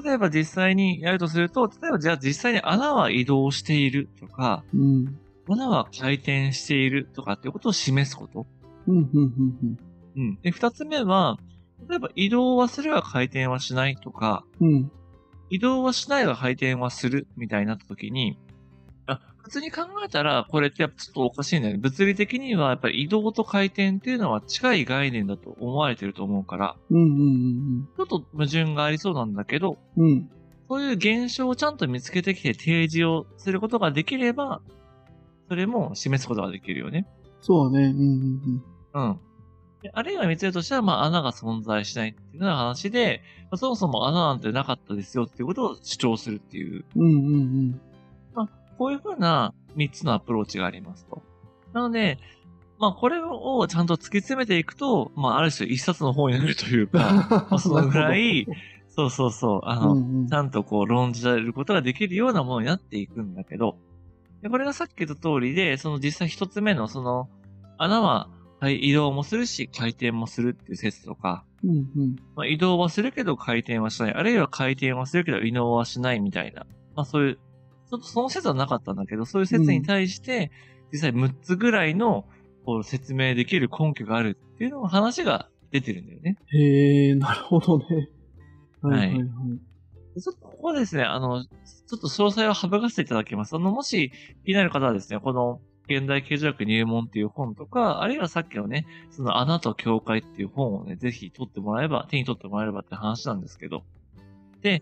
例えば実際にやるとすると、例えばじゃあ実際に穴は移動しているとか、うん。穴は回転しているとかっていうことを示すこと。うんうんうんうん。で、二つ目は、例えば移動はするが回転はしないとか、うん。うん。移動はしないが回転はするみたいになった時に、あ普通に考えたら、これってやっぱちょっとおかしいんだよね。物理的にはやっぱり移動と回転っていうのは近い概念だと思われてると思うから、うんうんちょっと矛盾がありそうなんだけど、うんうん。うん。そういう現象をちゃんと見つけてきて提示をすることができれば、それも示すことができるよね。そうだね。うんうんうん。であるいは見つけるとしたら、まあ、穴が存在しないっていうような話で、まあそもそも穴なんてなかったですよっていうことを主張するっていう、うん。うんうんこういうふうな3つのアプローチがありますと。なので、まあ、これをちゃんと突き詰めていくと、まあ、ある種一冊の本になるといううん。 か、まあそのぐらいなるそうそうそう、あほど。の、うんうんちゃんとこう論じられることができるようなものになっていくんだけど、でこれがさっき言った通りで、その実際一つ目のその穴は、はい、移動もするし回転もするっていう説とか、うんうん。まあ、移動はするけど回転はしない、あるいは回転はするけど移動はしないみたいな、まあそういう、ちょっとその説はなかったんだけど、そういう説に対して、実際6つぐらいのこう説明できる根拠があるっていうのも話が出てるんだよね。へえ、なるほどね。はいはいはいはい。でちょっとここはですね、あの、ちょっと詳細を省かせていただきます。あの、もし気になる方はですね、この、現代経済学入門っていう本とか、あるいはさっきのね、その穴と教会っていう本をね、ぜひ取ってもらえば、手に取ってもらえればって話なんですけど。で、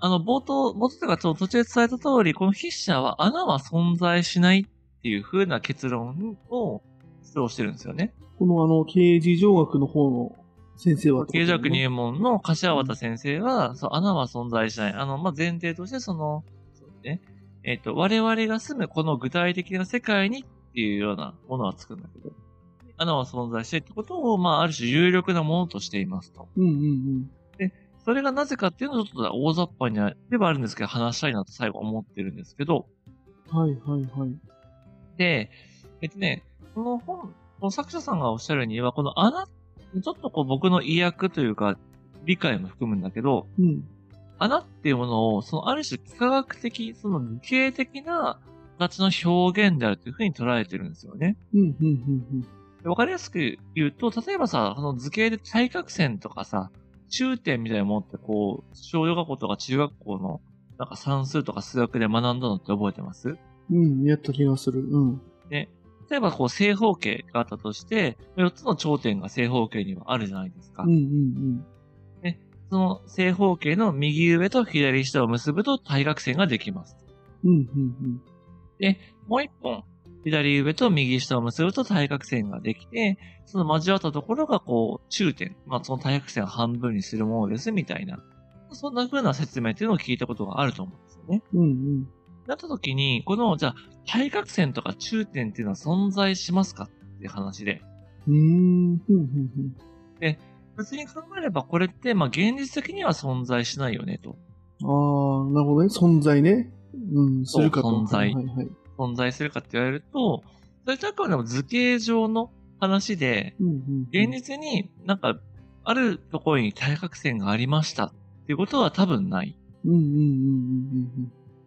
あの、冒頭、冒頭というか、ちょっと途中で伝えた通り、この筆者は穴は存在しないっていう風な結論を主張してるんですよね。このあの、刑事上学の方の先生は、経済学入門の柏畑先生が、そう穴は存在しない。あの、まあ、前提として、その、そうね、えっ、と、我々が住むこの具体的な世界にっていうようなものはつくんだけど、穴は存在しているってことを、まあ、ある種有力なものとしていますと。うんうんうん。それがなぜかっていうのをちょっと大雑把にはではあるんですけど、話したいなと最後思ってるんですけど、はいはいはい。で、えっとね、この本、この作者さんがおっしゃるには、この穴、ちょっとこう僕の意訳というか、理解も含むんだけど、うん。穴っていうものを、そのある種幾何学的、その理系的な形の表現であるというふうに捉えてるんですよね。うんうんうんでわかりやすく言うと、例えばさ、その図形で対角線とかさ、中点みたいなものってこう、小学校とか中学校のなんか算数とか数学で学んだのって覚えてますうん。うん、やった気がする。うん。例えばこう正方形があったとして、4つの頂点が正方形にはあるじゃないですか。うんうんその正方形の右上と左下を結ぶと対角線ができます。うん。うんうんもう一本、左上と右下を結ぶと対角線ができて、その交わったところがこう、中点、まあその対角線を半分にするものですみたいな、そんな風な説明っていうのを聞いたことがあると思うんですよね。うん。うんなった時に、この、じゃあ、対角線とか中点っていうのは存在しますかっていう話で、うん。うーん。うんうん別に考えればこれって、まあ現実的には存在しないよねと。うん。ああ、なるほどね。存在ね。うん、するかと。そう存在はいはい。存在するかって言われると、それってあくまでも図形上の話で、うんうんうん。現実になんか、あるところに対角線がありましたっていうことは多分ない。うんうんうんうん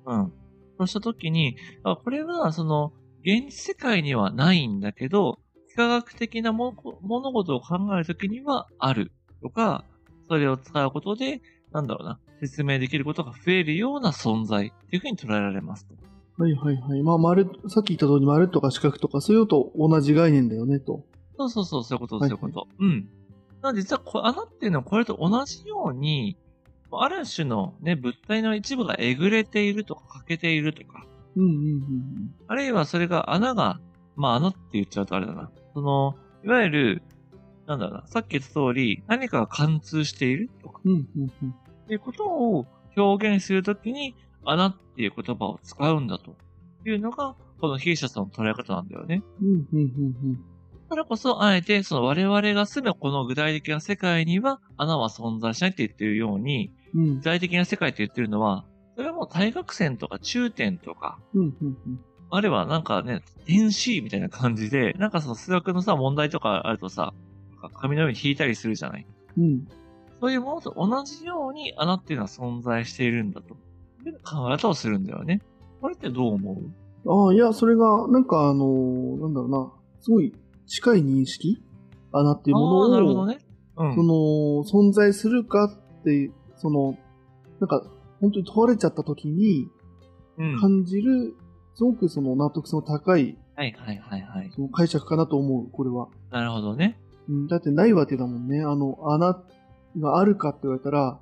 うん。そうしたときに、あこれはその、現実世界にはないんだけど、幾何学的なもの物事を考えるときにはあるとか、それを使うことで、なんだろうな、説明できることが増えるような存在っていうふうに捉えられますと。うん。はいはいはい。まあ、丸、さっき言った通り、丸とか四角とか、そういうのと同じ概念だよね、と。そうそうそう、そういうこと、そはういいうこと。うん。なので実はこ、穴っていうのはこれと同じように、ある種のね、物体の一部がえぐれているとか欠けているとか、うんうんうんあるいはそれが穴が、まあ穴って言っちゃうとあれだな。その、いわゆる、なんだろうな、さっき言った通り、何かが貫通しているとか、うん。うんうんうん。っていうことを表現するときに、穴っていう言葉を使うんだというのが、この筆者さんの捉え方なんだよね。うんうんうんだからこそ、あえて、その我々が住むこの具体的な世界には穴は存在しないって言ってるように、うん。うん具体的な世界って言ってるのは、それはもう対角線とか中点とか、うんうんうん。あれはなんかね、点 C みたいな感じで、なんかその数学のさ、問題とかあるとさ、なんか紙の上に引いたりするじゃない。うん。そういうものと同じように穴っていうのは存在しているんだと。で、考え方をするんだよね。これってどう思うああ、いや、それが、なんか、あのーなんだろうな、すごい近い認識穴っていうものあを、ーなるほどね。うそん。の、存在するかって、その、なんか、本当に問われちゃった時にうん、はい感じる、すごくその納得性の高いはいはいはい。その解釈かなと思う、これは。なるほどね。うん、だってないわけだもんね。あの、穴があるかって言われたら、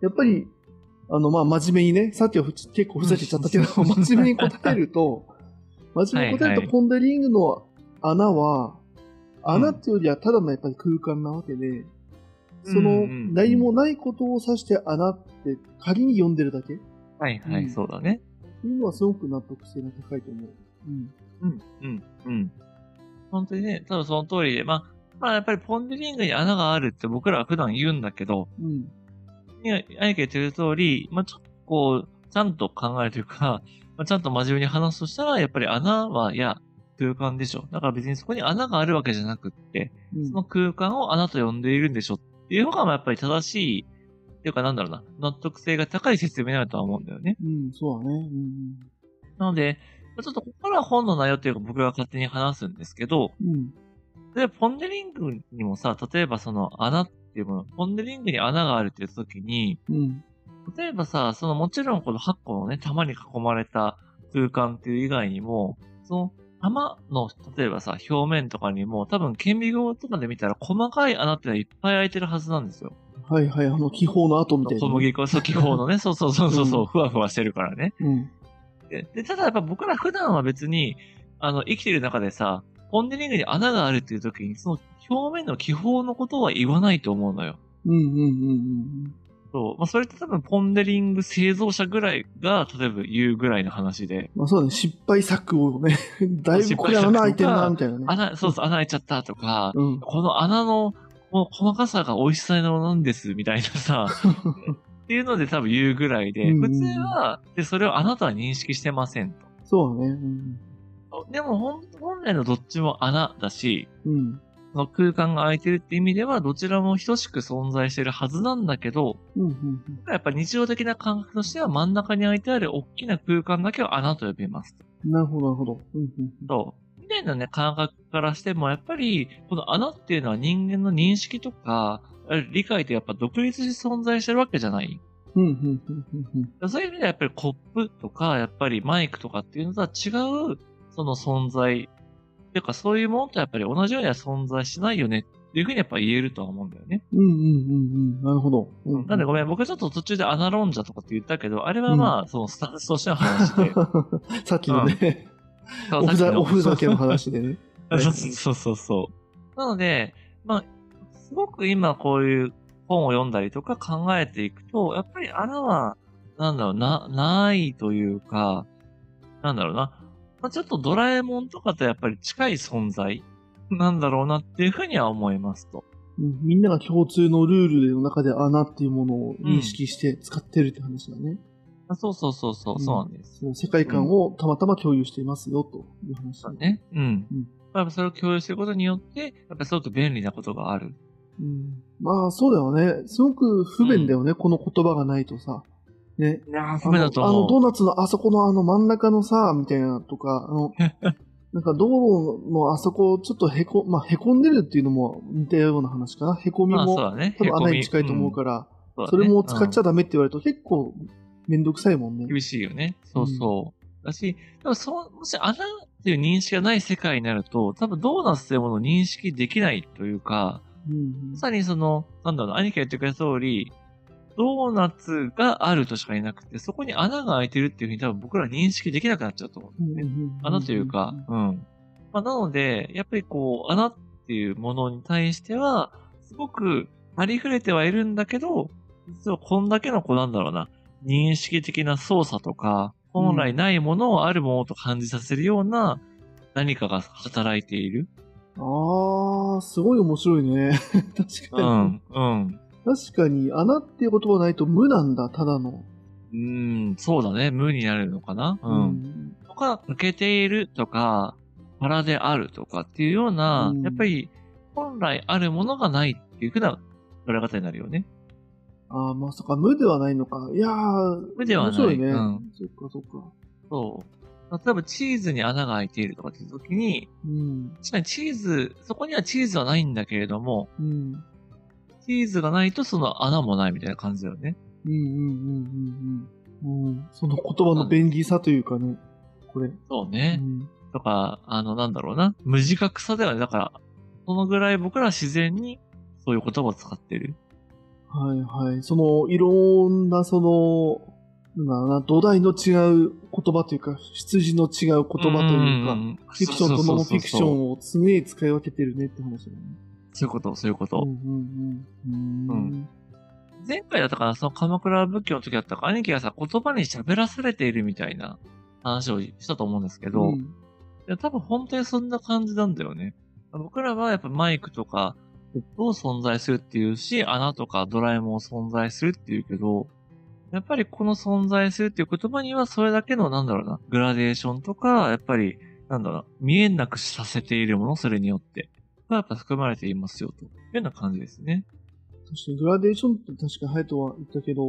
やっぱり、あの、まあ、真面目にね、さっきはふち結構ふざけちゃったけど、うん 真面目に答えると、真面目に答えるはいはと、いポンデリングの穴は、ん穴っていうよりはただのやっぱり空間なわけで、そうんうの、んうん何もないことを指して穴って仮に呼んでるだけっはいはうい、んそうだね。ていうのはすごく納得性が高いと思う。うん。うん、うん、うん。本当にね、多分その通りで、まあ、まあやっぱりポンデリングに穴があるって僕らは普段言うんだけど、うん。いや、あやけ言ってる通り、まあ、ちょっとこう、ちゃんと考えるというか、まあ、ちゃんと真面目に話すとしたら、やっぱり穴は、いや、空間でしょ。だから別にそこに穴があるわけじゃなくって、うんその空間を穴と呼んでいるんでしょっていう方が、まあやっぱり正しい、っていうかなんだろうな、納得性が高い説明になるとは思うんだよね。うん、そうだね。うんなので、ちょっとここからは本の内容っていうか僕が勝手に話すんですけど、うん。で、ポンデリングにもさ、例えばその穴っていうもの、ポンデリングに穴があるって言った時に、うん。例えばさ、そのもちろんこの8個のね、玉に囲まれた空間っていう以外にも、その玉の、例えばさ、表面とかにも、多分顕微鏡とかで見たら細かい穴ってのはいっぱい開いてるはずなんですよ。はいはい、あの、気泡の後みたいな小ね、麦粉、そう、気泡のね、そうそうそうそうそう、うんふわふわしてるからね。うん。で、でただやっぱ僕ら普段は別に、あの、生きてる中でさ、ポンデリングに穴があるっていう時に、その表面の気泡のことは言わないと思うのよ。うんうんうんうんそう。まあ、それって多分ポンデリング製造者ぐらいが、例えば言うぐらいの話で、うん。まあそうだね、失敗作をね、 だいぶこれ穴開いてるな、みたいなね。穴、そうそう、穴開いちゃったとか、うん。この穴の、この細かさが美味しさなんです、みたいな さ、っていうので多分言うぐらいで、うんう普んうん通は、で、それをあなたは認識してませんと。そうだね。うん。でも本本来のどっちも穴だし、うん。その空間が空いてるって意味では、どちらも等しく存在してるはずなんだけど、うんうんやっぱ日常的な感覚としては真ん中に空いてある大きな空間だけを穴と呼びますと。うん。なるほど、なるほど。うんうんそうみたいなね、感覚からしても、やっぱり、この穴っていうのは人間の認識とか、理解とやっぱ独立して存在してるわけじゃない。うん。うんうんうんうんそういう意味ではやっぱりコップとか、やっぱりマイクとかっていうのとは違う、その存在。っていうか、そういうものとやっぱり同じようには存在しないよねっていうふうにやっぱ言えるとは思うんだよね。うん。うんうんうんうん。なるほど。うなんでごめん、僕ちょっと途中でアナロンジャとかって言ったけど、あれはまあ、そのスタンスとしての 話で。さっきのね、そうおふさっざきのおふざけの話で ね。そうそうそうそう。なので、まあ、すごく今こういう本を読んだりとか考えていくと、やっぱり穴は、なんだろうな、ないというか、なんだろうな、まあ、ちょっとドラえもんとかとやっぱり近い存在なんだろうなっていうふうには思いますと。うんみんなが共通のルールの中で穴っていうものを認識して使ってるって話だね。あそうそうそうそう、そうなんです。その世界観をたまたま共有していますよという話そだう。ね。うんうん。やっぱそれを共有することによって、やっぱりすごく便利なことがある。うんまあそうだよね。すごく不便だよね、この言葉がないとさ。ね。いやー、あ不の便だとあのド思う。ーナツのあそこのあの真ん中のさ、みたいなとか、あ の、なんか道路のあそこちょっとへこ、まあへこんでるっていうのも似たような話かな。へこみまあ、もそうだね。多分凹穴み、に近いと思うからら、うんそれも使っちゃうだダねメって言われると結構めんどくさいもんうんね。厳しいよね。そうそう。だし、多分そう、もし穴っていう認識がない世界になると、多分ドーナツというものを認識できないというか、うんまさにその、なんだろうな、兄貴が言ってくれた通り、ドーナツがあるとしかいなくて、そこに穴が開いてるっていうふうに多分僕ら認識できなくなっちゃうと思うんだよね。穴というか、うん。まあ、なので、やっぱりこう、穴っていうものに対しては、すごくありふれてはいるんだけど、実はこんだけのこうなんだろうな、認識的な操作とか、本来ないものをあるものと感じさせるような何かが働いている。ああ、すごい面白いね。 確うかに。ん、うん。確かに、穴っていう言葉ないと無なんだ、ただの。うん、そうだね。無になるのかなうん。とか、抜けているとか、腹であるとかっていうような、うんやっぱり本来あるものがないっていうふうな捉え方になるよね。ああ、まさか無ではないのか。いやー、無ではない面白いね。うんそっかそっか。そう。例えばチーズに穴が開いているとかっていう時に、うん。確かにチーズ、そこにはチーズはないんだけれども、うん。チーズがないとその穴もないみたいな感じだよね。うんうんうんうんうん。うん、その言葉の便利さというかね、これ。そううね。ん、とか、あの、なんだろうな。無自覚さではね、だから、そのぐらい僕らは自然にそういう言葉を使ってる。はいはい。その、いろんな、その、なんだろうな、土台の違う言葉というか、羊の違う言葉というか、んんんフィクションとノンフィクショそうそうそうそうンを常に使い分けてるねって話だね。そういうこと、そういうこと。うんうんうん。うーん。前回だったかな、その鎌倉仏教の時だったか、兄貴がさ、言葉に喋らされているみたいな話をしたと思うんですけうど、いんや多分本当にそんな感じなんだよね。僕らはやっぱマイクとか、どう存在するっていうし、穴とかドラえもんを存在するっていうけど、やっぱりこの存在するっていう言葉にはそれだけのなんだろうな、グラデーションとか、やっぱり、なんだろうな、見えなくさせているもの、それによって、がやっぱ含まれていますよ、というような感じですね。確かにグラデーションって確かハヤトは言ったけど、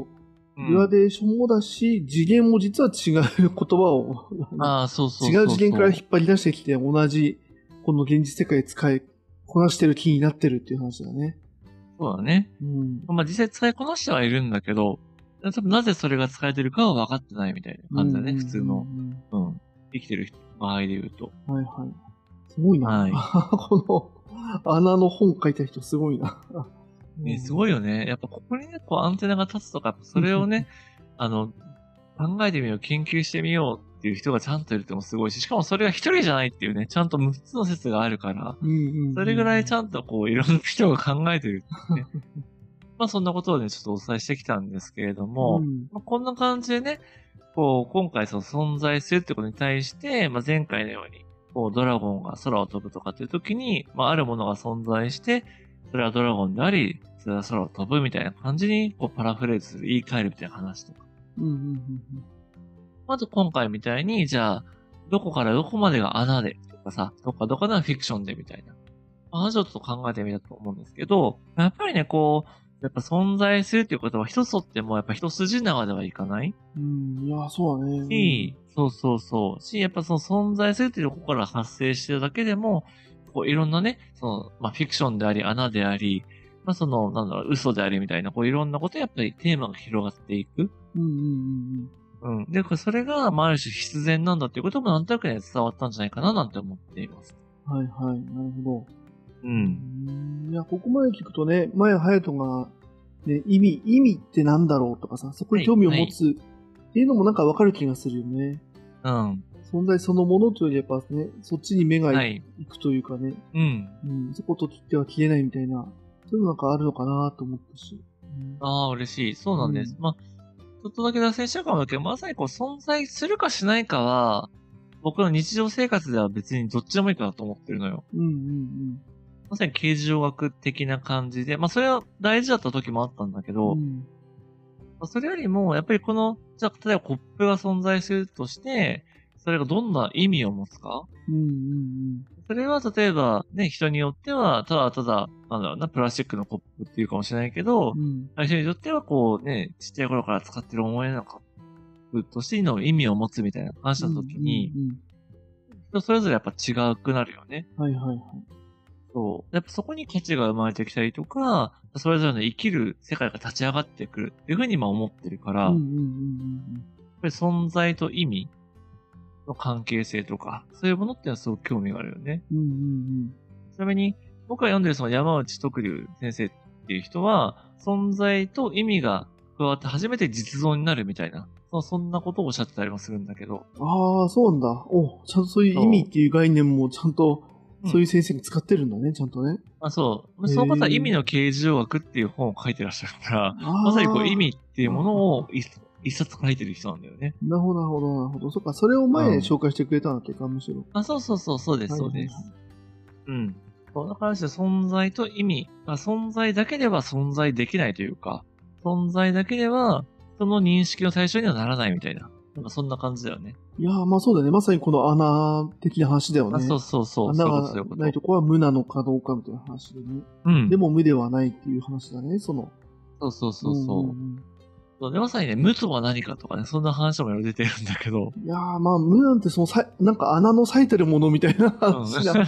うんグラデーションもだし、次元も実は違う言葉を、ああ、そうそうそう違そうう次元から引っ張り出してきて、同じ、この現実世界で使いこなしてる気になってるっていう話だね。そうだね。うん。まあ実際使いこなしてはいるんだけど、多分なぜそれが使えてるかは分かってないみたいな感じだね、うん普通の。。うんうん。生きてる人の場合で言うと。はいはい。すごいな。はいこの穴の本書いた人すごいな。ね、すごい。いよね。やっぱここにね、こうアンテナが立つとか、それをね、あの、考えてみよう、研究してみようっていう人がちゃんといるってのもすごいし、しかもそれが一人じゃないっていうね、ちゃんと6つの説があるから、うんうんうんそれぐらいちゃんとこう、いろんな人が考えてるっていうね。 まあそんなことをね、ちょっとお伝えしてきたんですけれども、うんまあ、こんな感じでね、こう、今回その存在するってことに対して、まあ、前回のように、こう、ドラゴンが空を飛ぶとかっていう時に、まあ、あるものが存在して、それはドラゴンであり、それは空を飛ぶみたいな感じに、こう、パラフレーズする、言い換えるみたいな話とか。うんうんうんうんまず今回みたいに、じゃあ、どこからどこまでが穴でとかさ、どっかどこからフィクションでみたいな。まあ話をちょっと考えてみたと思うんですけど、やっぱりね、こう、やっぱ存在するっていうことは一つとってもやっぱ一筋縄ではいかないうん、いや、そうだね。し、そうそうそう。し、やっぱその存在するというところから発生してるだけでも、こういろんなね、その、まあ、フィクションであり、穴であり、まあ、その、なんだろう、嘘でありみたいな、こういろんなことやっぱりテーマが広がっていく。うんうんうんうん。で、これそれが、まあ、ある種必然なんだっていうこともなんとなくね、伝わったんじゃないかななんて思っています。うん。はいはい、なるほど。う。うんんいや、ここまで聞くとね、前、隼人が、ね、意味、意味ってなんだろうとかさ、そこに興味を持つっていうのもなんかわかる気がするよね。うん。存在そのものというよりやっぱね、そっちに目がはいい。くというかね、うん。うん、そこと切っては切れないみたいな、そういうのなんかあるのかなと思ったし。うんああ、嬉しい。そうなんです。うまあ、ちょっとだけ脱線しちゃうかもだけど、まさにこう、存在するかしないかは、僕の日常生活では別にどっちでもいいかなと思ってるのよ。うんうんまさに形状学的な感じで、まあ、それは大事だった時もあったんだけうど、ん。うまんあそれよりも、やっぱりこの、じゃあ、例えばコップが存在するとして、それがどんな意味を持つかうんうんそれは例えば、ね、人によっては、ただただ、なんだろうな、プラスチックのコップっていうかもしれないけど、うん。うん最初にとってはこうね、ちっちゃい頃から使ってる思い出のカップとしての意味を持つみたいな話した時に、うん人それぞれやっぱ違くなるよね。うんうん。はいはいはい。そう。やっぱそこに価値が生まれてきたりとか、それぞれの生きる世界が立ち上がってくるっていうふうに今思ってるから、うんうやっんうんうんぱり存在と意味の関係性とか、そういうものっていうのはすごく興味があるよね。うん。うんうんちなみに、僕が読んでるその山内徳龍先生っていう人は、存在と意味が加わって初めて実像になるみたいな、そそんなことをおっしゃってたりもするんだけど、うん。ああ、そうなんだ。おちゃんとそういう意味っていう概念もちゃんと、うんそういう先生が使ってるんだね、ちゃんとね。まあそう、へーその方は意味の形状学っていう本を書いてらっしゃるから、まさにこう意。味っていうものを一一冊書いてる人なんだよね。なるほど、なるほど、なるほど。そっか、それを前うん紹介してくれたんだっけか、むしろ。あ、そうそうそう、そうです、そうです。うん。そうだからして存在と意味が存在だけでは存在できないというか、存在だけでは人の認識の対象にはならないみたいな。なんかそんな感じだよね。いやー、まあそうだよね。まさにこの穴的な話だよね。あそうそうそう。穴そういうこがとそうないいうことこは無なのかどうかみたいな話でね。うん。でも無ではないっていう話だね、その。そうそうそうそう。んんんそうでまさにね、無とは何かとかね、そんな話もいろいろ出てるんだけど。いやー、まあ無なんてそのさ、なんか穴の咲いてるものみたいなうん話な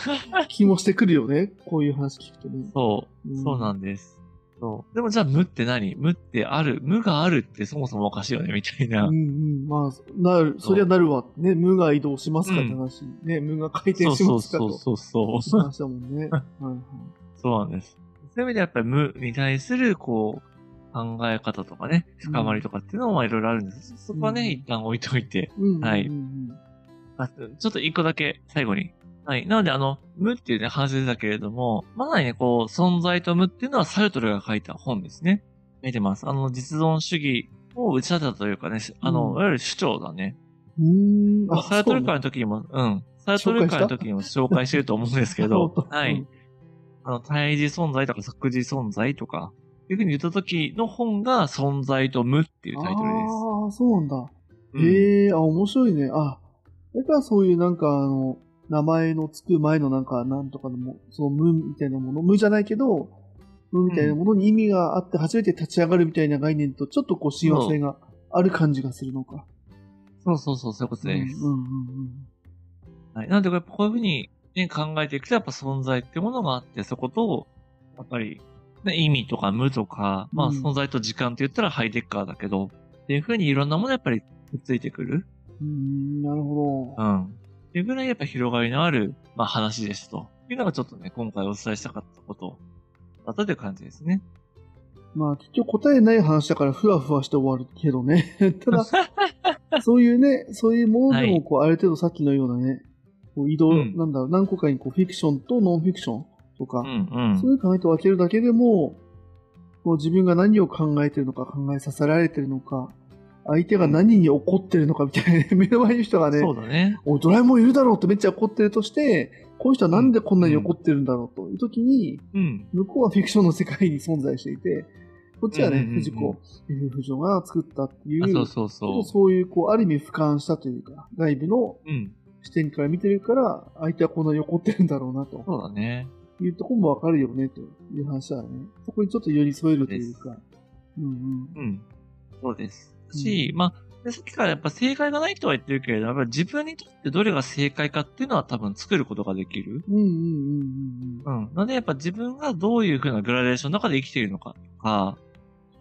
気もしてくるよね。こういう話聞くとね。 そう、そうなんです。そう。でもじゃあ無って何無ってある。無があるってそもそもおかしいよね、みたいな。うんうん、まあ、なる、そりゃなるわ。ね、無が移動しますかって話。ね、無が回転そうしそまうすかそうと。そうそう。話だもんね。はいはい。そうなんです。そういう意味でやっぱり無に対する、こう、考え方とかね、深まりとかっていうのもいろいろあるんです。そこはうんね、一旦置いといて。うんうんうんうん、はいうんあちょっと一個だけ最後に。はい。なので、あの、無っていうね、話でしたけれども、まさにね、こう、存在と無っていうのはサルトルが書いた本ですね。書いてます。あの、実存主義を打ち立てたというかね、あうの、んいわゆる主張だね。うーん。まあ、サルトルそう会ねの時にも、うん。サルトル会の時にも紹介してると思うんですけど 本、当はい。あの、対峙存在とか即時存在とか、いうふうに言った時の本が存在と無っていうタイトルでああ、そうなんだ。す。うんええあ、面白いね。あ、だからそういうなんか、あの、名前のつく前のなんか、なんとかのも、その無みたいなもの、無じゃないけど、のみたいなものに意味があって初めて立ち上がるみたいな概念とちょっとこう親和性がある感じがするのか。そうそうそう、そういうことうんうんです。うんはい、なので、こういうふうに、ね、考えていくと、やっぱ存在ってものがあって、そこと、やっぱり、ね、意味とか無とか、まあうん存在と時間って言ったらハイデッカーだけど、っていうふうにいろんなものやっぱりくっついてくる。うん。うん、なるほうど。ん。っていうぐらいやっぱ広がりのある、まあ話ですと。いうのがちょっとね、今回お伝えしたかったことだったという感じですね。まあ結局答えない話だからふわふわして終わるけどね。 ただ、そういうね、そういうものではもいこうある程度さっきのようなね、こう移動、うんなんだろう、何個かにこうフィクションとノンフィクションとか、うんうんそう。いう考えと分けるだけでも、こう自分が何を考えてるのか、考えさせられてるのか、相手が何に怒ってるのかみたいなね、 目の前の人がね、そうだね。おいドラえもんいるだろうってめっちゃ怒ってるとして、この人はなんでこんなに怒ってるんだろうという時に、うん。向こうはフィクションの世界に存在していて、こっちはね、うんうんうんうん藤子、F 不条が作ったっていう、あそうそうそそういう、こう、ある意味俯瞰したというか、外部のう。うん。視点から見てるから、相手はこんなに怒ってるんだろうなと。そうだね。いうところもわかるよねという話だね。そこにちょっと寄り添えるというか。うんうん。そうです。し、まあ、でさっきからやっぱ正解がないとは言ってるけれど、やっぱり自分にとってどれが正解かっていうのは多分作ることができる。うん。うんうんうんうんうん。うん。なのでやっぱ自分がどういうふうなグラデーションの中で生きているのかとか、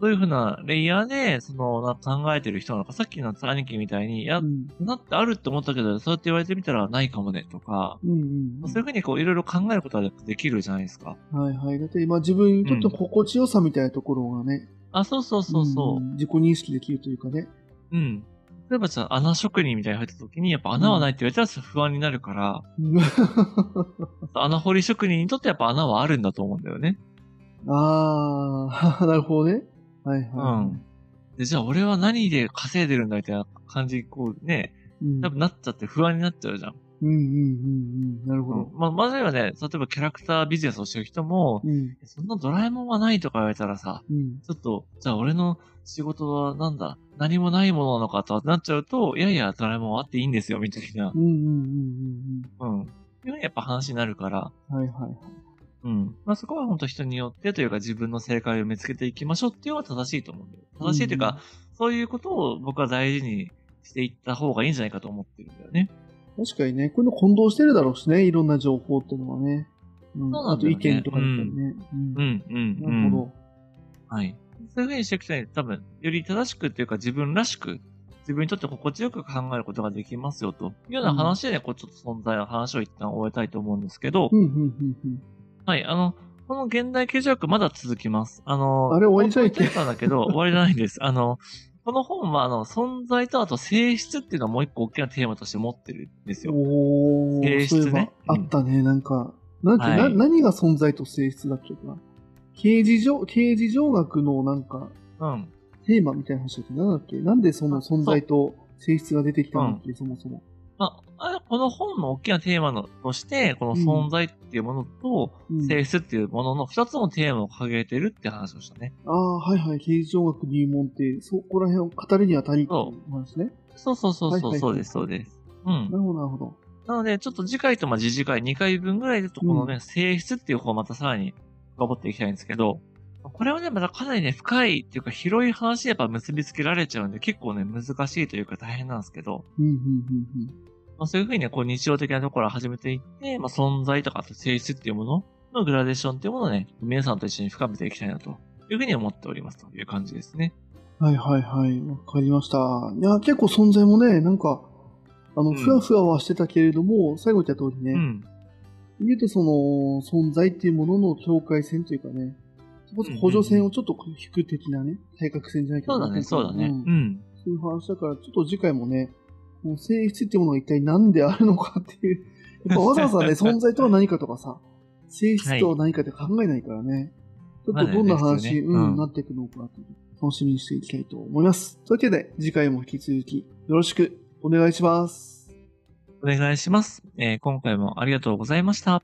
どういうふうなレイヤーで、その、な考えてる人なのか、さっきの兄貴みたいに、いやう、んなってあるって思ったけど、そうやって言われてみたらないかもね、とか、うんうんそういうふうにこう、いろいろ考えることができるじゃないですか。はいはい。だって今自分にとっての心地よさみたいなところがね。あ、そうそうそうそう。んん自己認識できるというかね。うん。例えばさ、穴職人みたいに入った時に、やっぱ穴はないって言われたら不安になるから、うん穴掘り職人にとってやっぱ穴はあるんだと思うんだよね。あ あ、なるほどね。はいはん。で、じゃあ俺は何で稼いでるんだみたいな感じにこうね、い。うん。多分なっちゃって不安になっちゃうじゃん。うんうんうんうん。なるほど。まあ、まずはね、例えばキャラクタービジネスをしてる人も、うん。そんなドラえもんはないとか言われたらさ、うん。ちょっと、じゃあ俺の仕事はなんだ、何もないものなのかとなっちゃうと、いやいや、ドラえもんはあっていいんですよ、みたいなう。んうんうんうん。いうふうにやっぱ話になるから、うんうん。はいはい。うん。まあ、そこは本当人によってというか自分の正解を見つけていきましょうっていうのは正しいと思うんだよ。正しいというか、そういうことを僕は大事にしていった方がいいんじゃないかと思ってるんだよね。確かにね、こういうの混同してるだろうしね、いろんな情報っていうのはね。うんそうなあんとだよね意見とかだったりね。うんうん、うん、うん。なるほはい。そういうふうにしていくとね、多分、より正しくというか自分らしく、自分にとって心地よく考えることができますよというような話でね、こうちょっと存在の話を一旦終えたいと思うんですけどど。、うんうんうんうん。はい、あの、この現代形状学まだ続きます。あの、あれ終わりじゃないっっけけたんだけど、終わりじゃないんです。あの、この本は、あの、存在とあと性質っていうのをもう一個大きなテーマとして持ってるんですよ。おー、性そうい質えばねあったね、なんか。なんて、はいな何が存在と性質だっけかな。刑事上、刑事上学のなんか、うん。テーマみたいな話だっけなんだっけなんでその存在と性質が出てきたんだっけそもそも。まあ、あこの本の大きなテーマのとして、この存在っていうものとうん性質っていうものの二つのテーマを掲げてるって話をしたね。ああ、はいはい、刑事上学入門って、そこら辺を語るにあたりっていう話ね。そうそうそはうそいはう、いそうです、そうです。うんな。るほど、なるほど。なので、ちょっと次回とまあ次次回2回分ぐらいでちょっとこのね、性質っていう方をまたさらに深掘っていきたいんですけど、これはね、またかなりね、深いっていうか広い話でやっぱ結びつけられちゃうんで、結構ね、難しいというか大変なんですけど、うん、うん、うん、うん。まあ、そういうふうにね、こう日常的なところを始めていって、まあ存在とかあと性質っていうもののグラデーションっていうものをね、皆さんと一緒に深めていきたいなというふうに思っておりますという感じですね。はいはいはい、わかりました。いや、結構存在もね、なんか、あの、うんふわふわはしてたけれども、最後言った通りうね、ん。言うとその、存在っていうものの境界線というかね、そこそこ補助線をちょっと引く的なね、対角線じゃないけど、そうだね、そうだね。んうん。そういう話だから、ちょっと次回もね、この性質っていうものが一体何であるのかっていう、やっぱわざわ ざね、存在とは何かとかさ、性質とは何かって考えないからね、ちょっとどんなまだね話、ですようねんうんなっていくのかっていう楽しみにしていきたいと思います。というわけで、次回も引き続きよろしくお願いします。お願いします。えー今回もありがとうございました。